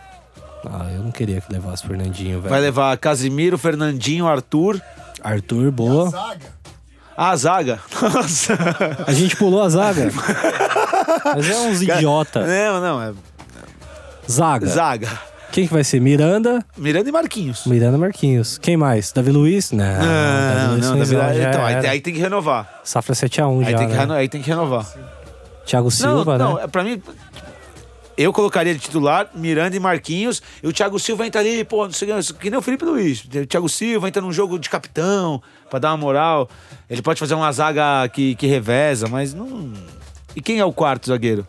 S2: Ah, eu não queria que levasse o Fernandinho,
S3: Vai
S2: velho.
S3: levar Casimiro, Fernandinho, Arthur.
S2: Arthur, boa.
S4: Zaga.
S3: Ah, a zaga. Nossa.
S2: A gente pulou a zaga. Mas é uns idiota.
S3: Não, não, é
S2: Zaga.
S3: zaga.
S2: Quem que vai ser? Miranda,
S3: Miranda e Marquinhos.
S2: Miranda Marquinhos. Quem mais? Davi Luiz? Não, Davi
S3: Ah, Não,
S2: Luiz
S3: não,
S2: foi embora,
S3: na verdade.
S2: já
S3: Então, aí,
S2: era.
S3: aí tem que renovar.
S2: Safra 7x1
S3: Aí
S2: já,
S3: tem que,
S2: né?
S3: reno- aí tem que renovar.
S2: Thiago Silva,
S3: não,
S2: né?
S3: não, pra mim. Eu colocaria de titular Miranda e Marquinhos, e o Thiago Silva entra ali, pô, não sei o que, que nem o Felipe Luiz. O Thiago Silva entra num jogo de capitão, pra dar uma moral. Ele pode fazer uma zaga que, que reveza, mas não. E quem é o quarto zagueiro?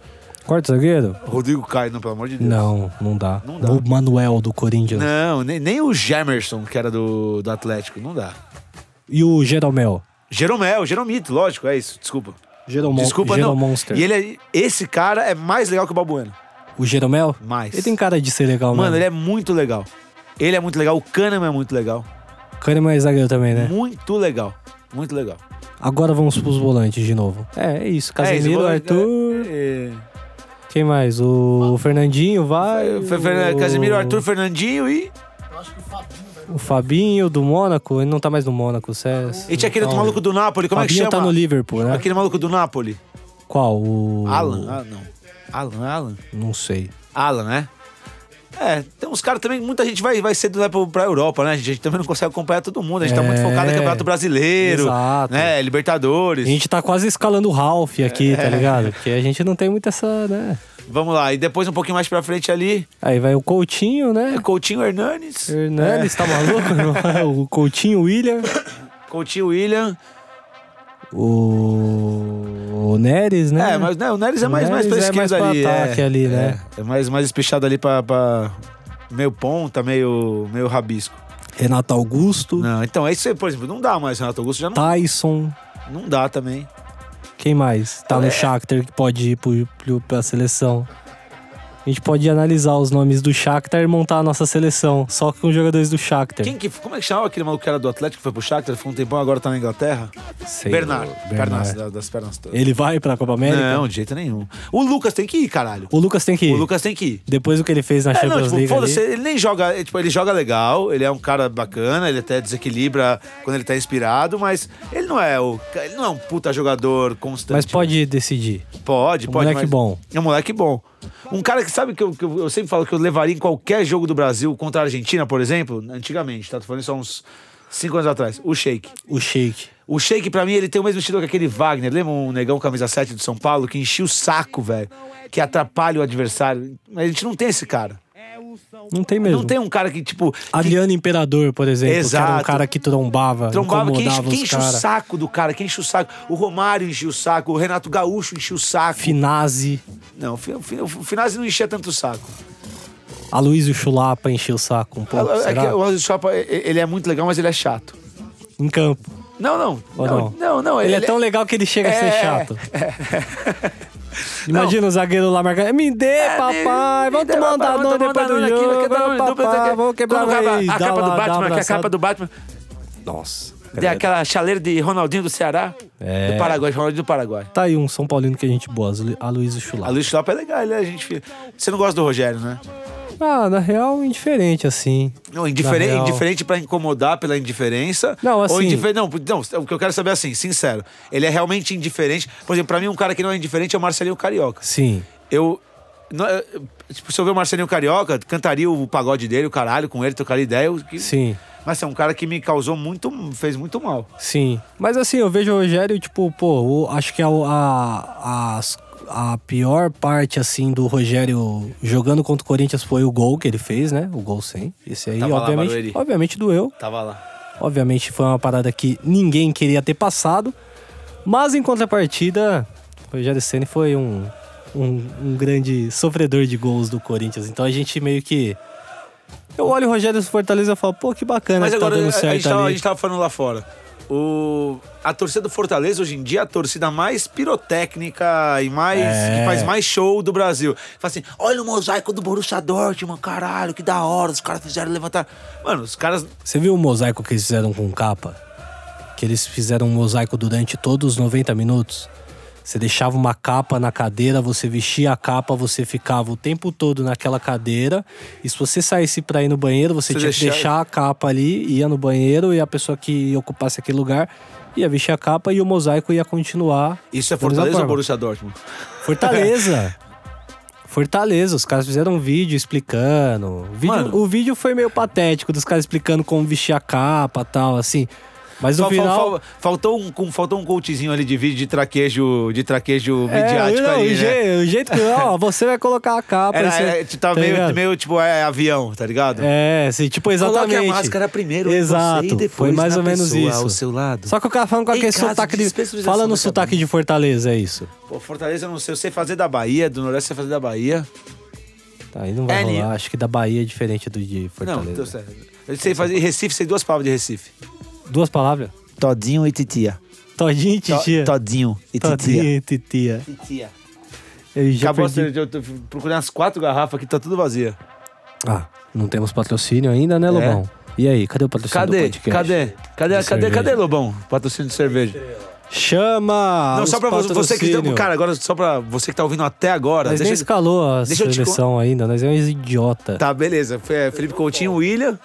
S2: Quarto zagueiro?
S3: Rodrigo Caio, não, pelo amor de Deus.
S2: Não, não dá.
S3: Não dá.
S2: O Manuel do Corinthians.
S3: Não, nem, nem o Jamerson, que era do, do Atlético, não dá.
S2: E o Jeromel?
S3: Jeromel, Jeromito, lógico, é isso, desculpa.
S2: Jeromon,
S3: desculpa, não.
S2: Monster.
S3: E ele é- esse cara é mais legal que o Balbuena.
S2: O Jeromel?
S3: Mais.
S2: Ele tem cara de ser legal,
S3: Mano,
S2: mano.
S3: ele é muito legal. Ele é muito legal, o Kahneman é muito legal.
S2: Kahneman é zagueiro também, né?
S3: Muito legal. Muito legal.
S2: Agora vamos pros volantes de novo. É, é isso. Casemiro,
S3: É, esse
S2: Arthur...
S3: volante, é,
S2: Quem mais? O Fernandinho vai.
S3: é, Fe- Fe-
S2: o-
S3: Casemiro, Arthur, Fernandinho e.
S4: Eu acho que o Fabinho vai.
S2: O Fabinho do Mônaco. Ele não tá mais no Mônaco, César.
S3: E tinha aquele outro maluco do Napoli, como
S2: Fabinho
S3: é que
S2: tá
S3: chama?
S2: no Liverpool, né?
S3: Aquele maluco do Napoli.
S2: Qual? O.
S3: Alan? Ah, não. Alan, Alan?
S2: Não sei.
S3: Alan, né? É, tem uns caras também, muita gente vai, vai cedo né, pro- pra Europa, né? A gente também não consegue acompanhar todo mundo. A gente tá muito
S2: É.
S3: focado no Campeonato Brasileiro,
S2: Exato.
S3: né? Libertadores. É.
S2: A gente tá quase escalando o Ralph aqui, tá ligado? Porque a gente não tem muito essa, né?
S3: Vamos lá. E depois, um pouquinho mais pra frente ali, é
S2: Aí vai o Coutinho, né?
S3: Coutinho Hernanes.
S2: Hernandes, tá maluco? Não é? O Coutinho, o William,
S3: Coutinho William.
S2: o, o Neres, né?
S3: É, mas né, o Neres é
S2: O
S3: mais, mais pra
S2: Neres é mais
S3: esquerda
S2: pra
S3: ali.
S2: ataque
S3: é,
S2: ali, né?
S3: É, é mais, mais espichado ali pra, pra meio ponta, meio, meio rabisco.
S2: Renato Augusto,
S3: Não, então, é isso aí, por exemplo, não dá mais, Renato Augusto já não,
S2: Tyson,
S3: não dá também.
S2: quem mais? Tá
S3: É.
S2: no Shakhtar que pode ir pro, pro, pra seleção. A gente pode analisar os nomes do Shakhtar e montar a nossa seleção, só com os jogadores do Shakhtar.
S3: Quem que, como é que chamava aquele maluco que era do Atlético, que foi pro Shakhtar, ficou um tempão, agora tá na Inglaterra?
S2: Sei,
S3: Bernard.
S2: o
S3: Pernas, da- das pernas todas.
S2: Ele vai pra Copa América?
S3: Não, de jeito nenhum. O Lucas tem que ir, caralho.
S2: O Lucas tem que ir.
S3: O Lucas tem que ir.
S2: Depois do que ele fez na
S3: É, não,
S2: Champions
S3: tipo,
S2: League
S3: foda-se,
S2: ali,
S3: ele nem joga, é, tipo, ele joga legal, ele é um cara bacana, ele até desequilibra quando ele tá inspirado, mas ele não é o, ele não é um puta jogador constante.
S2: mas pode decidir.
S3: Pode,
S2: Um
S3: pode.
S2: moleque
S3: mas-
S2: bom.
S3: É um moleque bom. Um cara que sabe que eu, que eu- eu sempre falo que eu levaria em qualquer jogo do Brasil contra a Argentina, por exemplo, antigamente, tá? Tô falando isso há uns cinco anos atrás. O Sheik.
S2: O Sheik.
S3: O Sheik, pra mim, ele tem o mesmo estilo que aquele Wagner. Lembra um negão camisa 7 do São Paulo que enchia o saco, velho? Que atrapalha o adversário. Mas a gente não tem esse cara.
S2: Não tem mesmo.
S3: Não tem um cara que, tipo, que
S2: Adriano Imperador, por exemplo, que era um
S3: Exato.
S2: cara que trombava,
S3: trombava, que enche,
S2: incomodava
S3: que
S2: os
S3: enche o
S2: caras.
S3: saco do cara, que enche o saco. O Romário enchia o saco, o Renato Gaúcho enchia o saco.
S2: Finazzi,
S3: Não, o, Fi- o Fi- o Finazzi não enchia tanto o saco.
S2: Aloysio Chulapa encheu o saco um pouco,
S3: É- é
S2: será?
S3: que o Ozzy Chapa, e- ele é muito legal, mas ele é chato.
S2: Em campo.
S3: Não, não.
S2: Ou
S3: não,
S2: não?
S3: não, não,
S2: Ele, é tão legal que ele chega a ser
S3: É.
S2: chato. Imagina o zagueiro lá marcando. Me dê, papai!
S3: É, me-
S2: Vamos
S3: me
S2: tomar um
S3: dá, vamos
S2: danone
S3: tomar um
S2: depois do
S3: Danone aqui, vai
S2: jogo,
S3: que dá um duplo, tá
S2: papai!
S3: aqui.
S2: Vamos quebrar
S3: Como
S2: vai,
S3: que é a
S2: dá
S3: capa
S2: lá, dá um
S3: do
S2: Tá uma
S3: Batman, que é a
S2: abraçada.
S3: capa do Batman.
S2: Nossa.
S3: Tem aquela chaleira de Ronaldinho do Ceará.
S2: É.
S3: Do Paraguai, Ronaldinho do Paraguai.
S2: Tá aí um São Paulino que a gente boa, Aloysio
S3: A
S2: Chulapa.
S3: Luiz Lopes é legal, ele é gente fina. Você não gosta do Rogério, né?
S2: Ah, na real, indiferente, assim.
S3: Não, indiferente,
S2: Na real.
S3: indiferente pra incomodar pela indiferença.
S2: Não,
S3: Ou
S2: assim-
S3: indiferente, não, não, o que eu quero saber é assim, sincero. Ele é realmente indiferente. Por exemplo, pra mim, um cara que não é indiferente é o Marcelinho Carioca.
S2: Sim.
S3: Eu. não, eu- tipo, se eu ver o Marcelinho Carioca, cantaria o pagode dele, o caralho, com ele, trocaria ideia. eu- que-
S2: Sim,
S3: Mas é um cara que me causou muito. fez muito mal.
S2: sim. Mas assim, eu vejo o Rogério, tipo, pô, o- acho que a, a, a, a pior parte, assim, do Rogério jogando contra o Corinthians foi o gol que ele fez, né? O gol sem. Esse aí,
S3: Tava lá,
S2: obviamente,
S3: Barueri.
S2: obviamente doeu.
S3: Tava lá.
S2: Obviamente foi uma parada que ninguém queria ter passado. Mas em contrapartida, o Rogério Ceni foi um, um, um grande sofredor de gols do Corinthians. Então a gente meio que. Eu olho o Rogério Fortaleza e falo, pô, que bacana
S3: Mas
S2: que
S3: agora
S2: tá
S3: a-
S2: dando
S3: a, gente
S2: certo
S3: tava, a
S2: ali.
S3: gente tava falando lá fora. O, a torcida do Fortaleza hoje em dia é a torcida mais pirotécnica e mais.
S2: É.
S3: que faz mais show do Brasil. Fala assim: olha o mosaico do Borussia Dortmund, caralho, que da hora, os caras fizeram levantar. Mano, os caras.
S2: Você viu o mosaico que eles fizeram com capa? Que eles fizeram um mosaico durante todos os 90 minutos? Você deixava uma capa na cadeira, você vestia a capa, você ficava o tempo todo naquela cadeira. E se você saísse pra ir no banheiro, você,
S3: Você
S2: tinha que
S3: deixava-
S2: deixar a capa ali, ia no banheiro e a pessoa que ocupasse aquele lugar ia vestir a capa e o mosaico ia continuar.
S3: Isso
S2: da mesma
S3: é Fortaleza ou
S2: forma.
S3: Borussia Dortmund?
S2: Fortaleza.
S3: É.
S2: Fortaleza, os caras fizeram um vídeo explicando. O vídeo,
S3: Mano.
S2: o vídeo foi meio patético dos caras explicando como vestir a capa e tal, assim. Mas no
S3: Fal- fal-
S2: final.
S3: fal- faltou, um, com- faltou um coachzinho ali de vídeo de traquejo, de traquejo
S2: É,
S3: midiático
S2: não,
S3: ali,
S2: o,
S3: né?
S2: je- o jeito que. Ó, você vai colocar a capa.
S3: Era,
S2: você,
S3: era, tu tava
S2: tá
S3: meio,
S2: ligado?
S3: meio tipo é, avião, tá ligado?
S2: É, assim, tipo,
S3: Coloque
S2: exatamente.
S3: a máscara primeiro em você
S2: Exato.
S3: e depois
S2: foi mais
S3: na
S2: ou menos
S3: pessoa
S2: isso.
S3: ao seu lado.
S2: Só que o cara falando com
S3: Em
S2: aquele
S3: caso de
S2: sotaque de.
S3: especialização
S2: Fala no
S3: da
S2: sotaque de Fortaleza, é isso.
S3: Pô, Fortaleza eu não sei, eu sei fazer da Bahia, do Nordeste eu sei fazer da Bahia.
S2: Tá, aí não vai
S3: É, Ninho.
S2: rolar. Acho que da Bahia é diferente do de Fortaleza.
S3: Não, tô certo. Eu sei fazer Recife, sei duas palavras de Recife.
S2: Duas palavras?
S3: Todinho e titia.
S2: Todinho e titia.
S3: Todinho e
S2: Todinho e titia.
S3: Titia.
S2: Eu já
S3: Acabou,
S2: perdi.
S3: eu tô procurando umas quatro garrafas aqui, tá tudo vazia.
S2: Ah, não temos patrocínio ainda, né, Lobão? E aí, cadê o patrocínio é do
S3: É? Cadê?
S2: podcast?
S3: Cadê? Cadê,
S2: De
S3: cadê,
S2: cerveja.
S3: cadê, Lobão? Patrocínio de cerveja.
S2: Chama!
S3: Não, só
S2: os
S3: pra você, você que. tá
S2: patrocínio.
S3: Cara, agora só pra você que tá ouvindo até agora.
S2: Nós nem
S3: deixa eu-
S2: escalou a
S3: deixa eu te
S2: seleção ainda, nós é um idiota.
S3: Tá, beleza. Foi, é, Felipe Coutinho, William.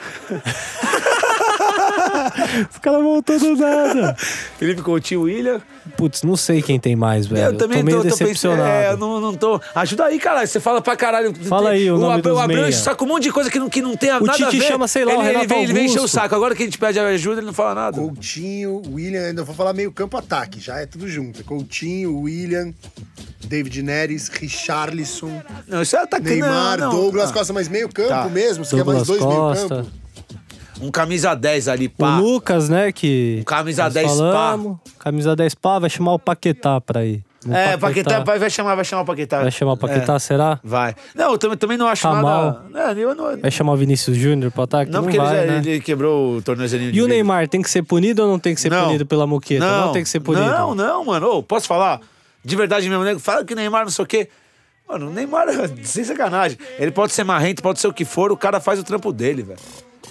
S2: Os caras voltou do nada.
S3: Felipe Coutinho, William.
S2: Putz, não sei quem tem mais, velho.
S3: Eu também
S2: tô meio
S3: tô, tô pensando.
S2: decepcionado.
S3: É, eu não, não tô. Ajuda aí, caralho. Você fala pra caralho.
S2: Fala aí o nome
S3: Abel-
S2: dos
S3: Abel
S2: meia.
S3: enche o saco um monte de coisa que não, que não tem nada a
S2: Tite
S3: ver.
S2: chama, sei lá, o
S3: ele, ele,
S2: Renato
S3: vem, ele vem encher o
S2: Augusto.
S3: saco. Agora que a gente pede ajuda, ele não fala nada.
S4: Coutinho, É William, ainda vou falar meio campo ataque, já é tudo junto. Coutinho, William, David Neres, Richarlison,
S3: Não, isso é atacante.
S4: Neymar,
S3: não, não.
S4: Douglas
S3: Ah,
S4: Costa, mas meio campo
S3: Tá.
S4: mesmo. Você
S2: Douglas
S4: quer mais dois
S2: Costa.
S4: meio campo?
S3: Um camisa 10 ali,
S2: O
S3: pá.
S2: Lucas, né, que...
S3: Camisa
S2: nós
S3: 10 pá.
S2: falamos. Camisa 10 pá, vai chamar o Paquetá pra ir. O
S3: É, Paquetá, vai, vai chamar, vai chamar o Paquetá. É,
S2: Vai chamar o Paquetá, Tá será?
S3: Vai. Não, eu também, também não acho
S2: Kamal.
S3: nada. É, eu não,
S2: Vai chamar o Vinícius Júnior pro ataque?
S3: não,
S2: Não,
S3: porque
S2: vai,
S3: ele, já,
S2: né?
S3: ele quebrou o tornozelinho
S2: E o
S3: direito.
S2: Neymar, tem que ser punido ou não tem que ser punido pela moqueta? Não, tem que ser punido.
S3: Não, não, mano. Ô, posso falar? De verdade mesmo, nego. Fala que Neymar não sei o quê. Mano, o Neymar, sem sacanagem. Ele pode ser marrento, pode ser o que for, o cara faz o trampo dele, velho.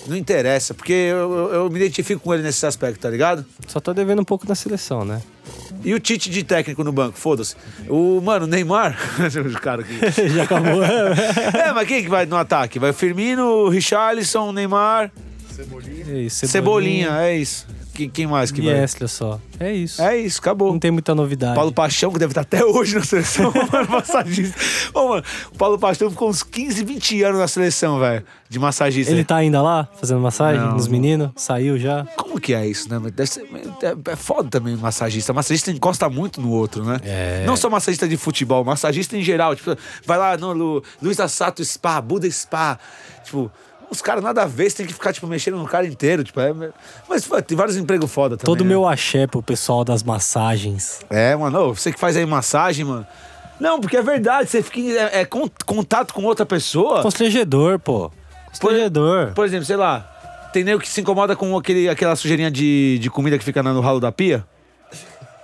S3: Não interessa, porque eu, eu- eu me identifico com ele nesse aspecto, tá ligado?
S2: Só tá devendo um pouco na seleção, né?
S3: E o Tite de técnico no banco, foda-se. O, mano, o Neymar. o cara aqui.
S2: Já acabou.
S3: É, mas quem que vai no ataque? Vai o Firmino, o Richarlison, o Neymar,
S2: É isso,
S3: Cebolinha, é isso. Que, quem mais que
S2: E
S3: vai?
S2: Wesley só. É isso.
S3: É isso, acabou.
S2: Não tem muita novidade.
S3: Paulo Paixão, que deve estar até hoje na seleção, mano, massagista. Ô, mano, o Paulo Paixão ficou uns 15, 20 anos na seleção, velho, de massagista.
S2: Ele tá ainda lá, fazendo massagem
S3: Não.
S2: nos meninos? Saiu já?
S3: Como que é isso, né? Mas deve ser- É, é foda também o massagista. O massagista encosta muito no outro, né?
S2: É.
S3: Não só massagista de futebol, massagista em geral. Tipo, vai lá no Lu, Luiz Assato Spa, Buda Spa. Tipo, os caras nada a ver, você tem que ficar, tipo, mexendo no cara inteiro. Tipo, é- Mas pô, tem vários empregos foda também.
S2: Todo
S3: né?
S2: meu axé pro pessoal das massagens.
S3: É, mano, ô, você que faz aí massagem, mano. Não, porque é verdade, você fica em é, é con- contato com outra pessoa.
S2: Constrangedor, pô. Constrangedor.
S3: Por exemplo, sei lá, tem nego que se incomoda com aquele, aquela sujeirinha de, de comida que fica no ralo da pia.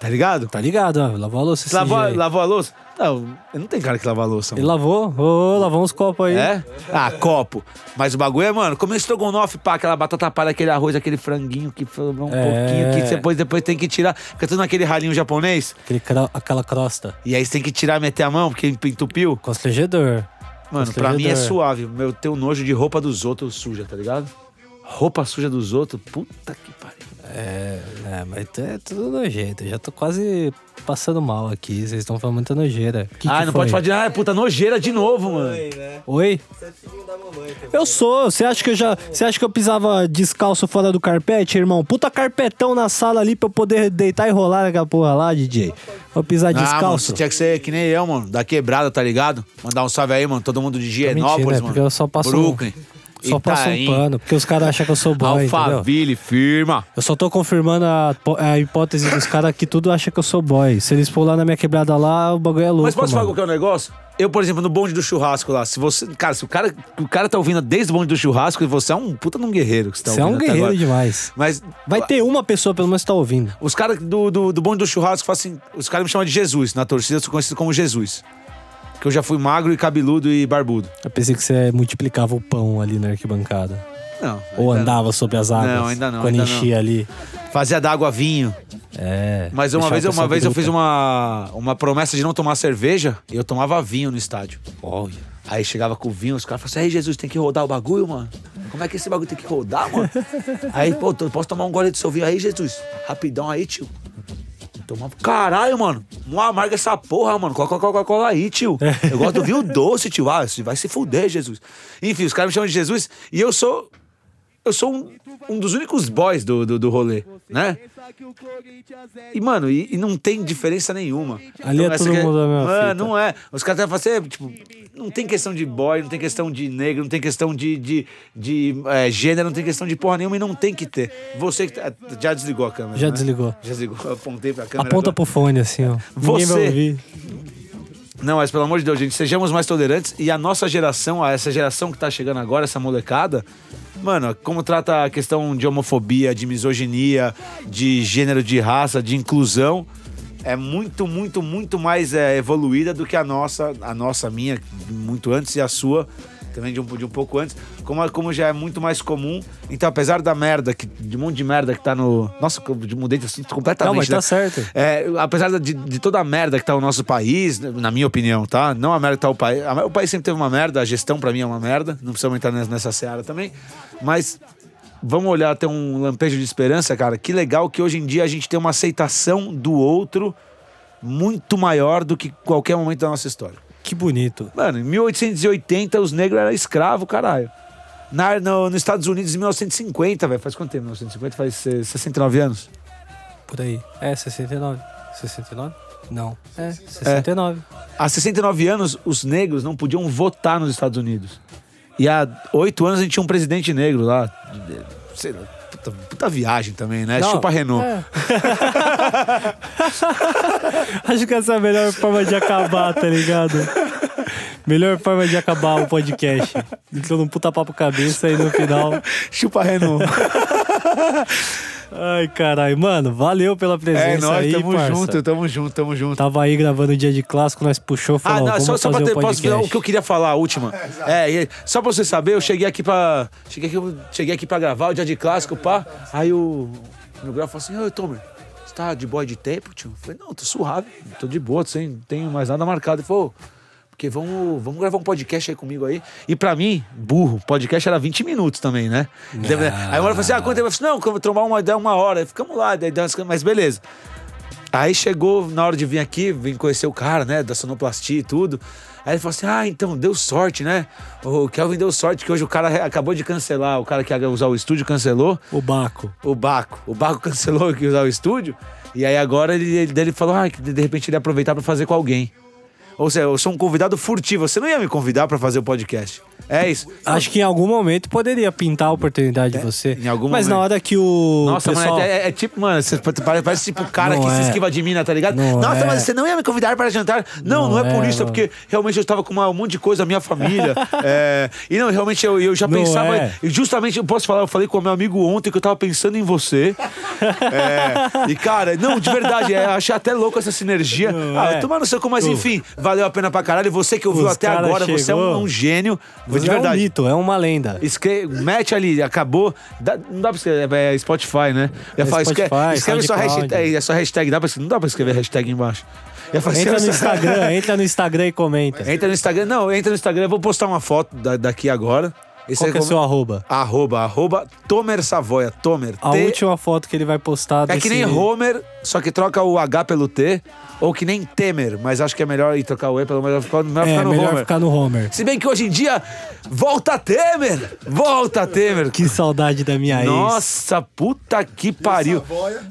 S3: Tá ligado?
S2: Tá ligado, ó. Lavou a louça esse
S3: Lavou,
S2: dia
S3: a-
S2: aí.
S3: lavou a louça? Não, não tem cara que lava a louça,
S2: Ele
S3: mano.
S2: lavou? Ô, lavou uns copos aí.
S3: É? Ah, copo. Mas o bagulho é, mano, como estrogonofe, pá, aquela batata palha, aquele arroz, aquele franguinho que foi um pouquinho, que depois, depois tem que tirar. Fica tudo naquele ralinho japonês.
S2: Aquele cro- aquela crosta.
S3: E aí você tem que tirar, meter a mão, porque entupiu.
S2: Constrangedor.
S3: Mano, pra mim é
S2: Constrangedor.
S3: suave. Meu, ter um nojo de roupa dos outros suja, tá ligado? Roupa suja dos outros, puta que pariu.
S2: É, mas tu- é tudo nojento. Eu já tô quase passando mal aqui. Vocês estão falando muita nojeira. Que
S3: ah,
S2: que
S3: não
S2: foi?
S3: pode falar de ah, puta nojeira de novo, mano.
S2: Oi? Você é filhinho da mamãe. Eu sou. Você acha que eu já. Você acha que eu pisava descalço fora do carpete, irmão? Puta carpetão na sala ali pra eu poder deitar e rolar naquela porra lá, DJ. Vou pisar
S3: Ah, mano, você
S2: descalço.
S3: tinha que ser que nem eu, mano. Da quebrada, tá ligado? Mandar um salve aí, mano. Todo mundo de Higienópolis,
S2: mentindo, é,
S3: mano.
S2: porque eu só passo-
S3: Brooklyn. é
S2: Só passa um
S3: Itaim,
S2: pano, porque os caras acham que eu sou boy, entendeu?
S3: tá Alphaville, firma.
S2: Eu só tô confirmando a, po- a hipótese dos caras que tudo acha que eu sou boy. Se eles pular na minha quebrada lá, o bagulho é louco.
S3: Mas posso falar
S2: mano.
S3: qual que é o negócio? Eu, por exemplo, no bonde do churrasco lá, se você. Cara, se o cara, o cara tá ouvindo desde o bonde do churrasco, e você é um puta num guerreiro que você tá
S2: Você é um
S3: ouvindo até
S2: guerreiro
S3: agora.
S2: demais.
S3: Mas
S2: Vai ter uma pessoa pelo menos que tá ouvindo.
S3: Os caras do, do, do bonde do churrasco falam assim. Os caras me chamam de Jesus. Na torcida eu sou conhecido como Jesus. Que eu já fui magro e cabeludo e barbudo.
S2: Eu pensei que você multiplicava o pão ali na arquibancada.
S3: Não. é
S2: Ou
S3: ainda
S2: andava sobre as águas.
S3: Não, ainda não,
S2: Quando
S3: ainda
S2: enchia ali.
S3: não. Fazia da água vinho.
S2: É.
S3: Mas uma
S2: deixava
S3: vez,
S2: a
S3: uma
S2: pessoa
S3: vez eu
S2: bruta.
S3: fiz uma, uma promessa de não tomar cerveja e eu tomava vinho no estádio.
S2: Olha.
S3: Aí chegava com o vinho, os caras falavam assim: Ei, Jesus, tem que rodar o bagulho, mano. Como é que esse bagulho tem que rodar, mano? aí, pô, tô- posso tomar um gole do seu vinho aí, Jesus? Rapidão aí, tio. Tomava. Caralho, mano. Não amarga essa porra, mano. Coca, coca, cola aí, tio. Eu gosto do vinho doce, tio. Ah, você vai se fuder, Jesus. Enfim, os caras me chamam de Jesus e eu sou. Eu sou um, um dos únicos boys do, do, do rolê, né? E, mano, e, e não tem diferença nenhuma. Então,
S2: Ali é
S3: essa
S2: todo
S3: que
S2: mundo a mesma
S3: Mano,
S2: fita.
S3: não é. Os caras até falam assim, tipo, não tem questão de boy, não tem questão de negro, não tem questão de, de, de é, gênero, não tem questão de porra nenhuma e não tem que ter. Você que tá- já desligou a câmera.
S2: Já
S3: né?
S2: desligou.
S3: Já desligou. Eu apontei pra câmera.
S2: Aponta
S3: agora.
S2: pro fone assim, ó. Ninguém vai
S3: Você.
S2: ouvir.
S3: Não, mas pelo amor de Deus, gente, sejamos mais tolerantes. E a nossa geração, a essa geração que tá chegando agora, essa molecada, mano, como trata a questão de homofobia, de misoginia, de gênero, de raça, de inclusão, é muito, muito, muito mais é, evoluída do que a nossa, a nossa, a minha, muito antes, e a sua, também de um, de um pouco antes, como, a- como já é muito mais comum. Então, apesar da merda, que, de um monte de merda que tá no. Nossa, eu mudei de assunto completamente.
S2: Não, mas tá
S3: né?
S2: certo.
S3: É, apesar de, de toda a merda que tá o nosso país, na minha opinião, tá? Não a merda que tá o país. a- O país sempre teve uma merda, a gestão pra mim é uma merda, não precisamos entrar nessa, nessa seara também. Mas vamos olhar até um lampejo de esperança, cara. Que legal que hoje em dia a gente tem uma aceitação do outro muito maior do que qualquer momento da nossa história.
S2: Que bonito.
S3: Mano, em 1880 os negros eram escravos, caralho. Na, no, nos Estados Unidos em 1950, velho. Faz quanto tempo? 1950? Faz eh, 69 anos.
S2: Por aí. É, 69. 69? Não. É, 69.
S3: Há 69 anos, os negros não podiam votar nos Estados Unidos. E há oito anos a gente tinha um presidente negro lá. Sei lá, puta, puta viagem também, né?
S2: Não,
S3: Chupa Renault.
S2: é. Acho que essa é a melhor forma de acabar, tá ligado? Melhor forma de acabar o podcast. Entrou num puta papo cabeça e no final.
S3: Chupa Renault.
S2: Ai, caralho. Mano, valeu pela presença
S3: é, nós
S2: aí,
S3: tamo
S2: parça.
S3: junto, tamo junto, tamo junto.
S2: Tava aí gravando o dia de clássico, nós puxou, falou,
S3: Ah, não,
S2: vamos
S3: só, só pra
S2: fazer
S3: ter,
S2: o
S3: posso,
S2: podcast.
S3: não, o que eu queria falar, a última. É, e- só pra você saber, eu cheguei aqui pra. Cheguei aqui, cheguei aqui pra gravar o dia de clássico, pá. Aí o meu grafo falou assim, ô Tomer, você tá de boy de tempo, tio? Eu falei, não, tô suave, tô de boa, sem não tenho mais nada marcado. Ele falou, "Ô, porque vamos, vamos gravar um podcast aí comigo aí. E pra mim, burro, podcast era 20 minutos também, né? Então, Aí uma hora eu falei assim, ah, quanto tempo? Eu falei, não, quando eu trombar uma ideia, uma hora. Aí Ficamos lá, daí deu umas- mas beleza. Aí chegou na hora de vir aqui, vim conhecer o cara, né, da sonoplastia e tudo. Aí ele falou assim: ah, então, deu sorte, né? O Kelvin deu sorte, que hoje o cara re- acabou de cancelar, o cara que ia usar o estúdio cancelou,
S2: O Baco.
S3: o Baco. O Baco cancelou que ia usar o estúdio. E aí agora ele, ele, daí ele falou: ah, que de de repente ele ia aproveitar pra fazer com alguém. Ou seja, eu sou um convidado furtivo, você não ia me convidar pra fazer o podcast. É isso.
S2: Acho que em algum momento poderia pintar a oportunidade de você.
S3: É, em algum
S2: Mas na
S3: momento.
S2: hora que o.
S3: Nossa,
S2: pessoal...
S3: mano, é, é- é tipo, mano, você pa- pare- parece tipo o cara
S2: Não
S3: que
S2: é.
S3: se esquiva de mina, tá ligado?
S2: Não
S3: Nossa,
S2: é.
S3: mas você não ia me convidar para jantar. Não, não,
S2: Não
S3: é, por
S2: é,
S3: isso, é
S2: mano.
S3: porque realmente eu estava com uma- um monte de coisa, a minha família. é, e não, realmente eu, eu já
S2: Não
S3: pensava.
S2: é.
S3: E justamente, eu posso falar, eu falei com o meu amigo ontem que eu tava pensando em você. É, e cara, não, de verdade, é, achei até louco essa sinergia.
S2: Não
S3: ah,
S2: é.
S3: tomar no seu cu, mas enfim, valeu a pena pra caralho. Você que ouviu
S2: Os
S3: até
S2: cara
S3: agora, você é um,
S2: chegou.
S3: um gênio. de
S2: É um
S3: verdade.
S2: mito, é uma lenda.
S3: Escre... Mete ali, acabou. Dá- não dá pra escrever, é Spotify, né? Eu ia falar, escre-
S2: É Spotify,
S3: escreve sua
S2: SoundCloud.
S3: hashtag, é só hashtag, dá pra... não dá pra escrever hashtag embaixo. Eu ia falar,
S2: Entra
S3: assim,
S2: no Instagram, entra no Instagram e comenta.
S3: entra no Instagram, não, entra no Instagram, eu vou postar uma foto da- daqui agora. Esse
S2: Qual
S3: aí
S2: que é o
S3: como-
S2: seu arroba?
S3: Arroba, arroba Tomer Savoia, Tomer.
S2: A
S3: T-
S2: última foto que ele vai postar
S3: É que nem Homer, só que troca o H pelo T, ou que nem Temer, mas acho que é melhor ir trocar o E pelo melhor ficar, melhor
S2: É,
S3: ficar no
S2: melhor
S3: Homer.
S2: ficar no Homer.
S3: Se bem que hoje em dia, volta Temer! Volta Temer!
S2: Que saudade da minha ex.
S3: Nossa, puta que pariu.
S4: Tá, Savoia.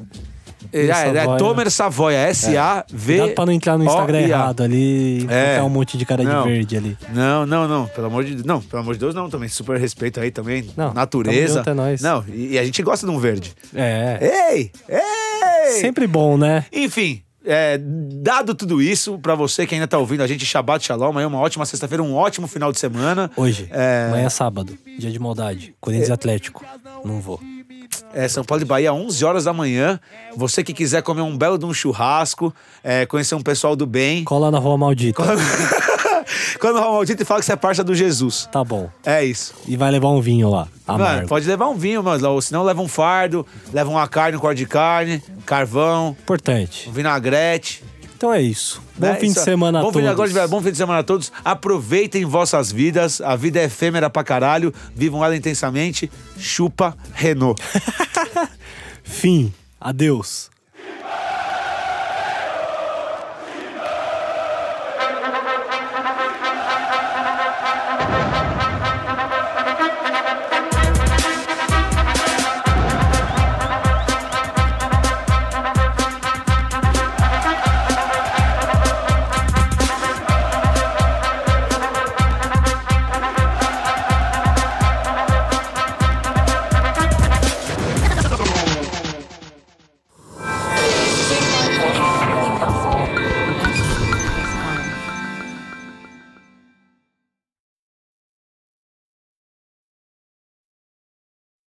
S3: É, é, é
S2: Savoia.
S3: Tomer Savoia, S-A-V.
S2: É. Dá pra não entrar no Instagram
S3: O-I-A.
S2: errado ali e
S3: É.
S2: colocar um monte de cara
S3: Não.
S2: de verde ali.
S3: Não, não, não. Pelo amor de Deus. Não, pelo amor de Deus, não. Também super respeito aí também.
S2: Não,
S3: natureza.
S2: tamo junto, é nóis.
S3: Não, e, e a gente gosta de um verde.
S2: É.
S3: Ei! Ei!
S2: Sempre bom, né?
S3: Enfim. é, dado tudo isso, pra você que ainda tá ouvindo a gente, Shabbat Shalom, amanhã é uma ótima sexta-feira, um ótimo final de semana.
S2: Hoje.
S3: É,
S2: Amanhã é sábado. Dia de maldade. Corinthians e Atlético. Não vou.
S3: É, São Paulo e Bahia, 11 horas da manhã. Você que quiser comer um belo de um churrasco, é, conhecer um pessoal do bem.
S2: Cola na Rua Maldita.
S3: Quando o Romaldito fala que você é parça do Jesus.
S2: Tá bom.
S3: É isso.
S2: E vai levar um vinho lá. Amargo.
S3: Mano, pode levar um vinho, mas ou senão leva um fardo, leva uma carne, um corte de carne, carvão,
S2: Importante.
S3: um vinagrete.
S2: Então é isso. Bom
S3: né?
S2: fim
S3: Isso
S2: de
S3: é-
S2: semana a
S3: bom
S2: todos.
S3: fim de- agora de verdade, bom fim de semana a todos. Aproveitem vossas vidas. A vida é efêmera pra caralho. Vivam ela intensamente. Chupa Renault.
S2: Fim. Adeus.